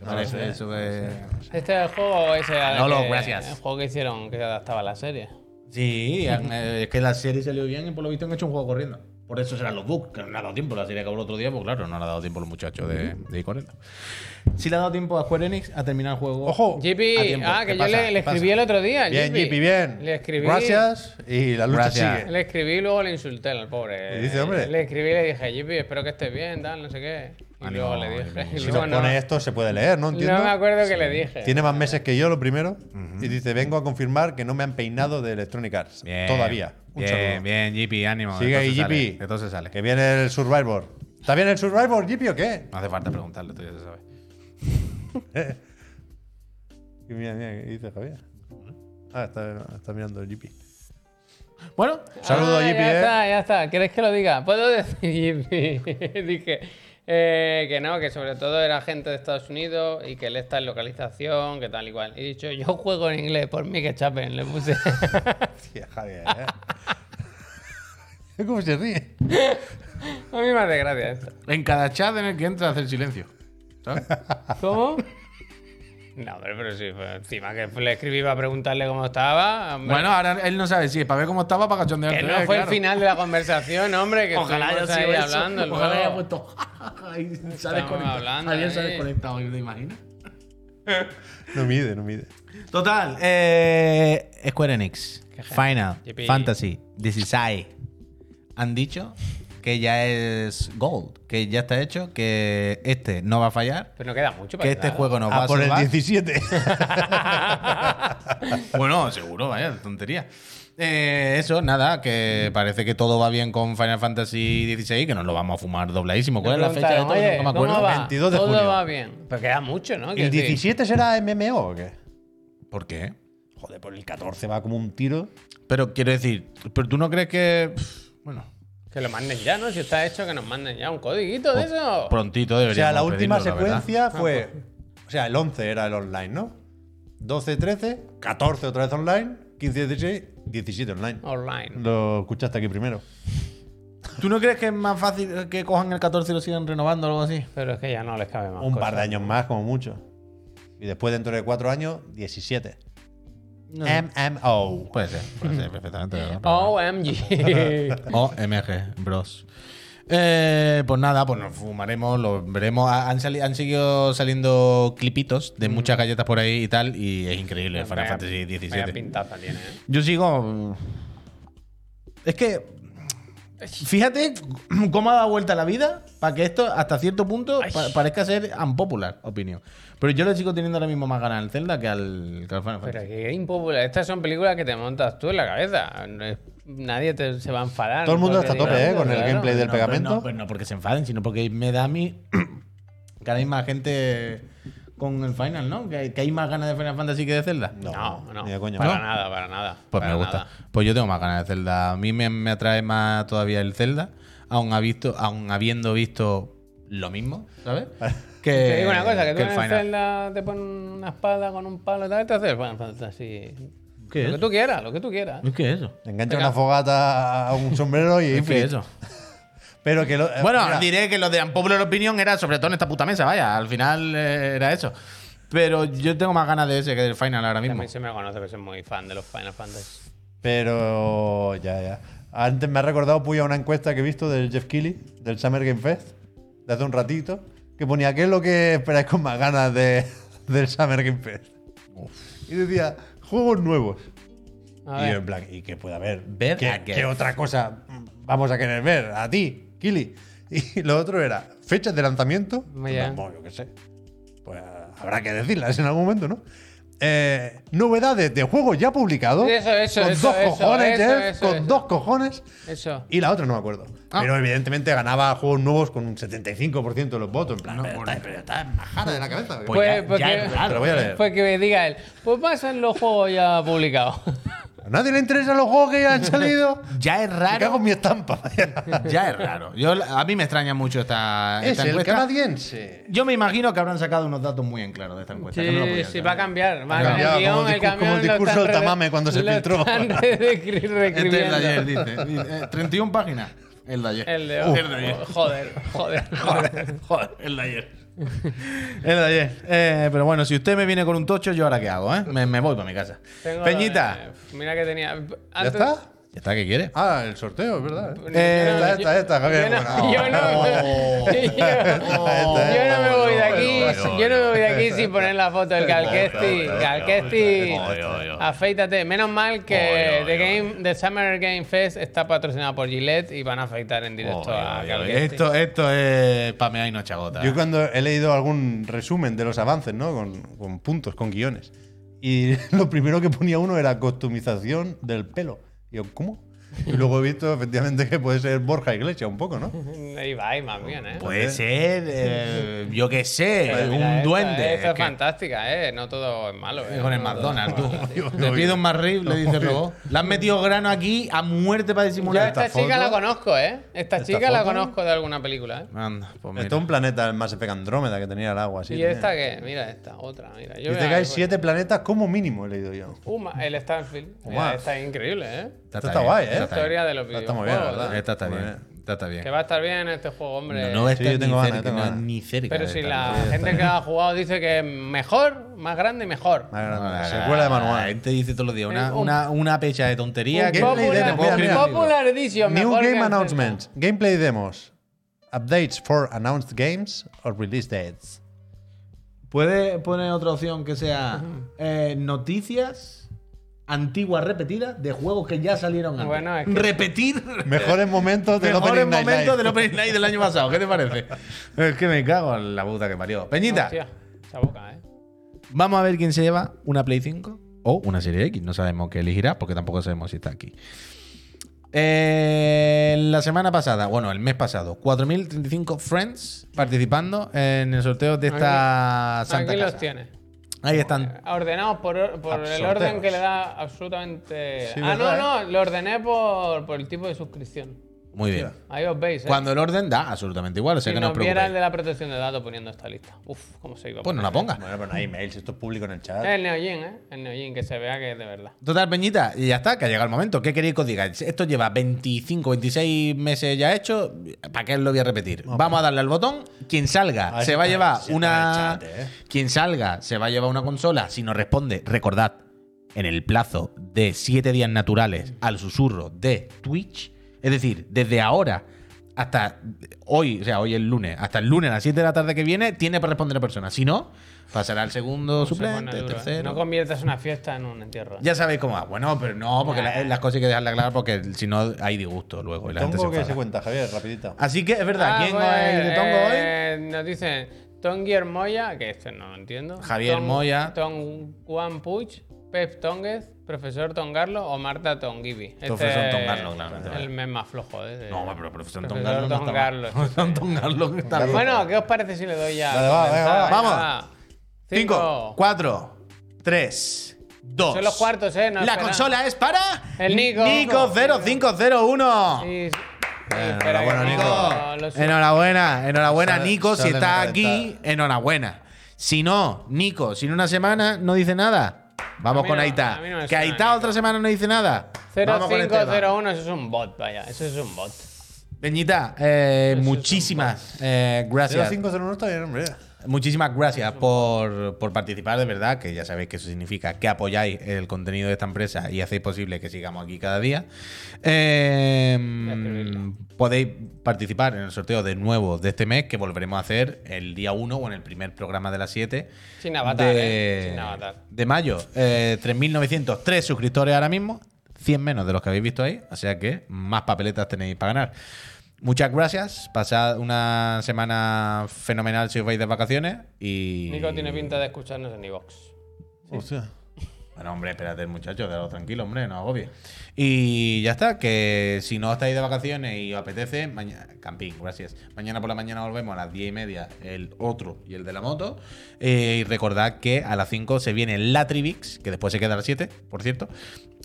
S4: Me parece
S3: sé,
S4: eso que-
S3: pues.
S2: Este es el juego ese. al
S4: Manolo,
S2: que-
S4: gracias.
S2: El juego que hicieron que se adaptaba a la serie.
S4: Sí, han- eh, es que la serie salió bien y por lo visto han hecho un juego corriendo. Por eso serán los bugs, que no le ha dado tiempo. La serie acabó el otro día, pues claro, no le ha dado tiempo a los muchachos de, de i40. Sí le ha dado tiempo a Square Enix a terminar el juego.
S3: Ojo.
S4: A
S2: Jippy,
S4: tiempo.
S2: ah, que
S4: ¿Qué
S2: yo
S4: pasa?
S2: le, le
S4: ¿Qué pasa?
S2: escribí el otro día.
S3: Bien,
S2: Jippy.
S3: Jippy, bien.
S2: Le escribí.
S3: Gracias. Y la lucha
S4: Gracias.
S3: sigue.
S2: Le escribí y luego le insulté al pobre.
S3: ¿Qué dice, hombre?
S2: Le escribí y le dije, Jippy, espero que estés bien, tal, no sé qué. Y
S4: Ah,
S2: luego
S4: no,
S2: le dije.
S4: Jippy.
S2: Y
S3: Si
S2: luego
S3: nos
S2: no,
S3: pone esto, se puede leer,
S2: no
S3: ¿no? Entiendo.
S2: me acuerdo que le dije.
S3: Tiene más meses que yo, lo primero. Y dice: Vengo a confirmar que no me han peinado de Electronic Arts.
S4: Bien,
S3: Todavía. Un saludo.
S4: bien, bien, JP, ánimo.
S3: Sigue ahí,
S4: Entonces
S3: JP.
S4: sale.
S3: Que viene el Survivor. ¿Está bien el Survivor, JP, o qué?
S4: No hace falta preguntarle, tú ya se sabe.
S3: Y mira, mira, ¿qué dice Javier? Ah, está, está mirando el JP.
S4: Bueno,
S2: Ah,
S3: Saludo, Jippy,
S2: Ya
S3: eh.
S2: está, ya está. ¿Quieres que lo diga? Puedo decir, Jippy. Dije eh, que no, que sobre todo era gente de Estados Unidos y que él está en localización, que tal y cual. Y he dicho, yo juego en inglés, por mí que chapen, le puse.
S3: Hostia, Javier, ¿eh? ¿Cómo se ríe?
S2: A mí me hace gracia esto.
S4: en cada chat en el que entra hace el silencio. ¿sabes?
S2: ¿Cómo? No, hombre, pero sí, pues, encima que le escribí para preguntarle cómo estaba. hombre.
S4: bueno, ahora él no sabe si es para ver cómo estaba para cachondearte.
S2: que no
S4: eh,
S2: fue el
S4: claro.
S2: final de la conversación, hombre. Que
S4: Ojalá haya
S2: estuvimos
S4: sido
S2: ahí
S4: eso.
S2: hablando.
S4: Ojalá
S2: luego.
S4: haya puesto. y se ha desconectado.
S2: hablando
S4: Javier se ha
S2: ahí.
S4: desconectado, ¿te imaginas?
S3: No mide, no mide.
S4: Total, eh, Square Enix, Final
S2: Yipi.
S4: Fantasy 16 han dicho que ya es Gold, que ya está hecho, que este no va a fallar,
S2: Pero no queda mucho para
S4: que este
S2: Pues nada.
S4: juego nos va
S3: Ah,
S4: a
S3: por el
S4: salvar.
S3: 17.
S4: Bueno, seguro, vaya, tontería. Eh, eso, nada, que parece que todo va bien con Final Fantasy XVI, que nos lo vamos a fumar dobladísimo. ¿Cuál es la fecha de todo?
S2: Oye,
S4: Yo no me acuerdo.
S2: ¿cómo va?
S3: 22 de
S2: Todo
S3: junio.
S2: va bien. Pero queda mucho, ¿no?
S3: ¿El
S2: Quiero decir,
S3: 17 será MMO o qué?
S4: ¿Por qué?
S3: Joder, por el 14 va como un tiro.
S4: Pero quiero decir, pero tú no crees que. pff, Bueno,
S2: Que lo manden ya, ¿no? Si está hecho, que nos manden ya un codiguito
S3: Oh.
S2: de eso.
S4: prontito
S3: O
S4: debería
S3: sea, la última secuencia fue. O sea, el 11 era el online, ¿no? 12, 13, 14 otra vez online, 15, 16, 17 online.
S2: Online.
S3: Lo escuchaste aquí primero.
S4: ¿Tú no crees que es más fácil que cojan el 14 y lo sigan renovando o algo así?
S2: Pero es que ya no les cabe más.
S3: Un par de
S2: cosas.
S3: años más, como mucho. Y después, dentro de 4 años, 17. MMO.
S4: Puede ser, puede ser perfectamente.
S2: OMG.
S4: O MG Bros. Eh, pues nada, pues nos fumaremos, lo veremos. Ha- Han, sali- han seguido saliendo clipitos
S3: Mm.
S4: de muchas galletas por ahí y tal, y es increíble el Final
S2: Vaya-
S4: Fantasy
S2: Vaya
S4: XVII.
S2: pintaza tiene, ¿eh?
S4: Yo sigo. Es mm, que Fíjate cómo ha dado vuelta la vida para que esto, hasta cierto punto, pa- parezca ser unpopular opinión. Pero yo le sigo teniendo ahora mismo más ganas al Zelda que al, que al Final
S2: Pero
S4: Fantasy.
S2: que es impopular. Estas son películas que te montas tú en la cabeza. No es- Nadie te, se va a enfadar.
S3: Todo el mundo
S2: porque
S3: está a tope,
S2: diga,
S3: ¿eh? Con el
S2: claro.
S3: gameplay del
S4: No,
S3: pegamento.
S4: Pero no, pero no porque se enfaden, sino porque me da a mí que ahora hay más gente con el Final, ¿no? Que hay, que hay más ganas de Final Fantasy que de Zelda.
S2: No, no.
S3: Ni de coña.
S2: para
S3: ¿No?
S2: nada, para nada.
S4: Pues
S2: para
S4: me gusta.
S2: nada.
S4: Pues yo tengo más ganas de Zelda. A mí me, me atrae más todavía el Zelda, aun, ha visto, aun habiendo visto lo mismo, ¿sabes? Que,
S2: Te digo una cosa, que tú
S4: Eh, que el
S2: en el
S4: Final.
S2: Zelda te ponen una espada con un palo y tal, te haces el Final Fantasy. lo
S4: ¿Qué es? Mm.
S2: que tú quieras, lo que tú quieras.
S4: ¿Qué es eso?
S3: Engancha una fogata a un sombrero y.
S4: ¿Qué es
S3: infinito.
S4: eso?
S3: Pero que lo,
S4: Eh,
S3: eh,
S4: Bueno,
S3: mira,
S4: diré que lo de Unpopular Opinion era sobre todo en esta puta mesa, vaya, al final eh, era eso. Pero yo tengo más ganas de ese que del final ahora
S2: A
S4: mismo.
S2: mí se me conoce que soy muy fan de los Final Fantasy.
S3: Pero ya, ya. Antes me ha recordado Puya una encuesta que he visto del Jeff Keighley, del Summer Game Fest, de hace un ratito, que ponía ¿qué es lo que esperáis con más ganas de, del Summer Game Fest? Y decía, juegos nuevos.
S2: A
S3: Y yo
S2: ver.
S3: en plan, ¿y qué puede haber?
S4: Ver
S3: ¿Qué,
S4: a qué.
S3: qué otra cosa vamos a querer ver? A ti, Kili. Y lo otro era, fechas de lanzamiento.
S2: Muy bien.
S3: Bueno, yo qué sé. Pues habrá que decirlas en algún momento, ¿no? Eh, novedades de juegos ya publicados.
S2: Eso, eso,
S3: con
S2: eso,
S3: dos
S2: eso,
S3: cojones,
S2: eso,
S3: Jeff,
S2: eso,
S3: con
S2: eso.
S3: dos cojones.
S2: Eso.
S3: Y la otra no me acuerdo.
S4: Ah.
S3: Pero evidentemente ganaba juegos nuevos con un 75% de los votos. En plan,
S4: No,
S3: pero
S4: por-
S3: está, pero está majada de la cabeza.
S4: Pues ya- ya
S2: porque-
S4: es raro.
S3: Te lo voy a leer.
S2: Pues que me diga él, pues pasan los juegos ya publicados.
S3: ¿A nadie le interesan los juegos que ya han salido?
S4: Ya es
S3: Me cago en
S4: raro.
S3: mi estampa.
S4: Ya es raro. Yo, a mí me extraña mucho esta,
S3: es
S4: esta
S3: el
S4: encuesta.
S3: canadiense.
S4: Yo me imagino que habrán sacado unos datos muy en claro de esta encuesta. que no lo
S2: Sí,
S4: podía
S2: sí,
S4: saber.
S2: va a cambiar. Va a
S3: Ha
S2: cambiar el
S3: cambiado, como
S2: guión, el
S3: discu- como
S2: camión.
S3: el discurso del tamame cuando se
S2: lo
S3: filtró.
S2: están redescri-
S4: Este es el
S2: reescribiendo.
S4: de ayer, dice. Dice, eh, 31 páginas. El de ayer.
S2: El de
S4: Uh,
S2: el de ayer. Joder, joder, joder.
S4: Joder, el de ayer. El de ayer. Eh, pero bueno, si usted me viene con un tocho, ¿yo ahora qué hago? eh? Me, me voy para mi casa.
S2: Tengo-
S4: Peñita.
S2: eh, mira que tenía. Antes,
S3: ¿Ya está?
S4: ¿Ya está? ¿Qué quiere?
S3: Ah, el sorteo, es verdad. ¿eh?
S4: Eh,
S3: esta, esta, esta, Javier.
S2: Yo no, yo no,
S4: Oh.
S2: yo- yo no me voy de aquí, yo no me voy de aquí sin poner la foto del Calquesti. Calquesti, afeítate. Menos mal que The Game, The Summer Game Fest está patrocinado por Gillette y van a afeitar en directo a
S4: Oye, oye, oye,
S2: Calquesti.
S4: esto, esto es pamear y no chagota.
S3: Yo cuando he leído algún resumen de los avances, ¿no? Con, con puntos, con guiones. Y lo primero que ponía uno era costumización del pelo. Y yo, ¿cómo? Y luego he visto efectivamente que puede ser Borja Iglesias un poco, ¿no?
S2: Ahí va, y más bien, ¿eh?
S4: Puede ser, eh, yo qué
S2: Pero
S4: sé,
S2: mira,
S4: pues, un
S2: esta-
S4: duende.
S2: Esta es
S4: que-
S2: fantástica, ¿eh? No todo es malo, ¿eh?
S4: Es con el
S2: No todo es
S4: McDonald's,
S2: malo.
S4: tú. Le pido un marril, le dice robó. Le han metido grano aquí a muerte para
S2: Yo a
S4: disimular.
S2: esta,
S3: esta
S2: chica
S3: foto-
S2: la conozco, ¿eh? Esta,
S3: esta
S2: chica la
S3: foto-
S2: conozco de alguna película, ¿eh?
S4: Anda, pues mira.
S3: Esto es un planeta, el más Effect Andrómeda, que tenía el agua así.
S2: ¿Y
S3: también.
S2: esta qué? Mira esta, otra, mira. Yo
S3: Dice
S2: veo
S3: que hay
S2: algo- ¿eh?
S3: siete planetas como mínimo, he leído yo.
S2: Uh, ma- el Stanfield. Mira,
S3: Guau.
S2: esta es increíble, ¿eh?
S3: Esto está guay, ¿eh?
S4: esta
S2: La
S4: está bien.
S2: historia de los
S3: Está muy bien, la
S2: videojuegos.
S3: verdad.
S4: Esta está
S3: Muy
S4: bien. Esta está bien.
S2: Que va a estar bien este juego, hombre.
S4: No, no está
S3: Sí, yo
S4: ni
S3: tengo ganas,
S4: cerca,
S3: tengo
S4: no,
S3: ganas.
S4: ni cerca.
S2: Pero
S4: de
S2: si
S4: estar
S2: la
S4: bien.
S2: gente que ha jugado dice que es mejor, más grande y mejor.
S3: Más grande.
S4: No,
S3: Secuela de
S4: La
S3: manual.
S4: gente Ah, dice todos los días una,
S2: Eh, un-
S4: una, una pecha de tontería.
S2: Un
S4: que-
S3: gameplay de-
S4: te
S2: Popular,
S4: puedo
S3: mira,
S4: escribir un libro.
S2: popular Edition.
S3: New
S2: mejor
S3: game
S2: que- este.
S3: announcements, gameplay demos, updates for announced games or release dates.
S4: Puede poner otra opción que sea eh, noticias antiguas repetidas de juegos que ya salieron antes.
S2: Bueno, es que-
S4: Repetir
S3: Mejores momentos del
S4: Eh, mejores
S3: Opening Night
S4: momentos
S3: Live.
S4: del Opening Night del año pasado. ¿Qué te parece? es que me cago en la puta que parió. Peñita,
S2: Hostia, esa boca, ¿eh?
S4: vamos a ver quién se lleva una Play 5 o una Serie X. No sabemos qué elegirá porque tampoco sabemos si está aquí. Eh, la semana pasada, bueno, el mes pasado, 4.035 friends participando en el sorteo de esta Santa
S2: Aquí los
S4: Casa.
S2: tiene.
S4: Ahí están.
S2: Ordenados por, or- por el
S3: Sorteos.
S2: orden que le da absolutamente.
S3: Sí,
S2: ah,
S3: ¿verdad,
S2: no, no, lo ordené por, por el tipo de suscripción.
S4: Muy bien.
S2: Ahí os veis, ¿eh?
S4: Cuando el orden da absolutamente igual, o sea
S2: si
S4: que no os
S2: nos viera el de
S4: preocupéis.
S2: la protección de datos poniendo esta lista. Uf, cómo se iba. a
S4: Pues no la
S2: poner.
S4: ponga.
S3: Bueno, pero no hay emails, esto es público en el chat.
S2: Es El Neojin, ¿eh? El Neojin, que se vea que es de verdad.
S4: Total, Peñita, y ya está, que ha llegado el momento. ¿Qué queréis que os diga? Esto lleva 25, 26 meses ya hecho. ¿Para qué lo voy a repetir? Vamos a darle al botón. Quien salga
S3: Ahí
S4: se va a
S3: está,
S4: llevar
S3: sí,
S4: una.
S3: está en el chat, eh.
S4: Quien salga se va a llevar una consola. Si nos responde, recordad, en el plazo de 7 días naturales al susurro de Twitch. Es decir, desde ahora hasta hoy, o sea, hoy es lunes, hasta el lunes a las 7 de la tarde que viene, tiene para responder a personas. Si no, pasará al segundo
S2: Se pone
S4: suplente, el
S2: duro, ¿eh?
S4: tercero.
S2: No conviertas una fiesta en un entierro. ¿eh?
S4: Ya sabéis cómo va. Bueno, pero no, porque la- las cosas hay que dejarlas claras porque si no hay disgusto luego. y la gente se
S3: Tongo que se
S4: enfada.
S3: cuenta, Javier, rapidito.
S4: Así que es verdad,
S2: Ah,
S4: ¿quién
S2: pues,
S4: es el de Tongo hoy?
S2: eh, Nos dicen Tongier Moya, que este no lo entiendo.
S4: Javier Moya.
S2: Ton Juan Puig, Pep Tonguez, Profesor Tongarlo o Marta Tongibi. Este
S4: Profesor
S2: es
S4: Tongarlo, claramente.
S2: El mes más flojo, ¿eh? de-
S4: No, hombre, pero profesor Tom
S2: Profesor
S4: Garlo no está mal.
S2: Tongarlo.
S4: Profesor Tom Garlo que está bien.
S2: Bueno, ¿qué os parece si le doy ya?
S3: Vale, va, venga,
S2: comenzada?
S3: va.
S4: Vamos.
S2: va.
S4: Cinco,
S2: Cinco.
S4: cuatro, tres, dos.
S2: Son los cuartos, ¿eh? No,
S4: la
S2: espera.
S4: consola es para.
S2: El Nico.
S4: Nico 0501.
S2: Y- y espera que
S3: enhorabuena,
S2: no-
S4: ¿eh? Nico.
S2: lo sé.
S4: Enhorabuena, enhorabuena,
S3: Sale-
S4: Nico. Si
S3: sale
S4: está
S3: recalentada.
S4: aquí, enhorabuena. Si no, Nico, si en una semana no dice nada,
S2: A
S4: vamos
S2: mí
S4: con
S2: no-
S4: Aita.
S2: a mí no me
S4: que
S2: suena,
S4: Aita
S2: Nico.
S4: otra semana no dice nada. Vamos con el tema.
S2: 0501, eso es un bot, vaya. Eso es un bot.
S4: Peñita, eh,
S2: Eso es un
S4: muchísimas eh, gracias.
S3: 0509 está bien, hombre.
S4: Muchísimas gracias por, por participar, de verdad, que ya sabéis que eso significa que apoyáis el contenido de esta empresa y hacéis posible que sigamos aquí cada día. Eh,
S2: escribirlo.
S4: podéis participar en el sorteo de nuevo de este mes, que volveremos a hacer el día 1 o en el primer programa de las 7.
S2: Sin avatar,
S4: de,
S2: eh, sin avatar.
S4: de mayo. Eh, 3.903 suscriptores ahora mismo, 100 menos de los que habéis visto ahí, o sea que más papeletas tenéis para ganar. Muchas gracias, pasad una semana fenomenal si os vais de vacaciones y...
S2: Nico tiene pinta de escucharnos en iVox.
S3: Hostia.
S4: Bueno, hombre, espérate, muchachos, déjalo tranquilo, hombre, no agobies. Y ya está, que si no estáis de vacaciones y os apetece, mañana, camping, gracias. Mañana por la mañana volvemos a las 10 y media, el otro y el de la moto. Eh, y recordad que a las 5 se viene la Trivix, que después se queda a las 7, por cierto.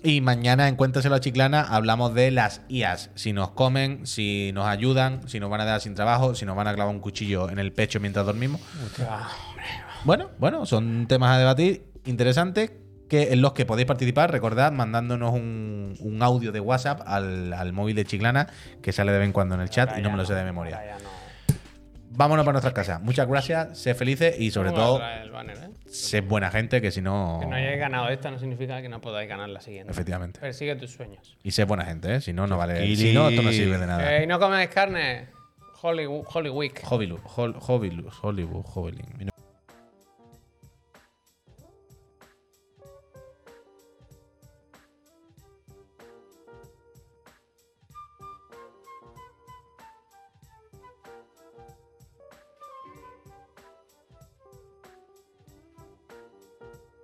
S4: Y mañana en Cuéntaselo a Chiclana hablamos de las IAS. Si nos comen, si nos ayudan, si nos van a dejar sin trabajo, si nos van a clavar un cuchillo en el pecho mientras dormimos. Bueno, bueno, son temas a debatir interesantes que, en los que podéis participar. Recordad mandándonos un, un audio de WhatsApp al, al móvil de Chiclana que sale de vez en cuando en el chat y no me lo sé de memoria. Vámonos para nuestras casas. Muchas gracias, sé felices y sobre todo
S2: El banner, ¿eh?
S4: sé buena gente que si no...
S2: Que no hayáis ganado esta no significa que no podáis ganar la siguiente.
S4: Efectivamente.
S2: Persigue tus sueños.
S4: Y sé buena gente, ¿eh? Si no, no vale.
S3: Tranquili.
S4: Si no, esto no sirve de nada.
S2: Eh, y no coméis carne. Holy, Holy Week.
S4: Hobilus, Hol- Hobilus, Hollywood, Hobilin.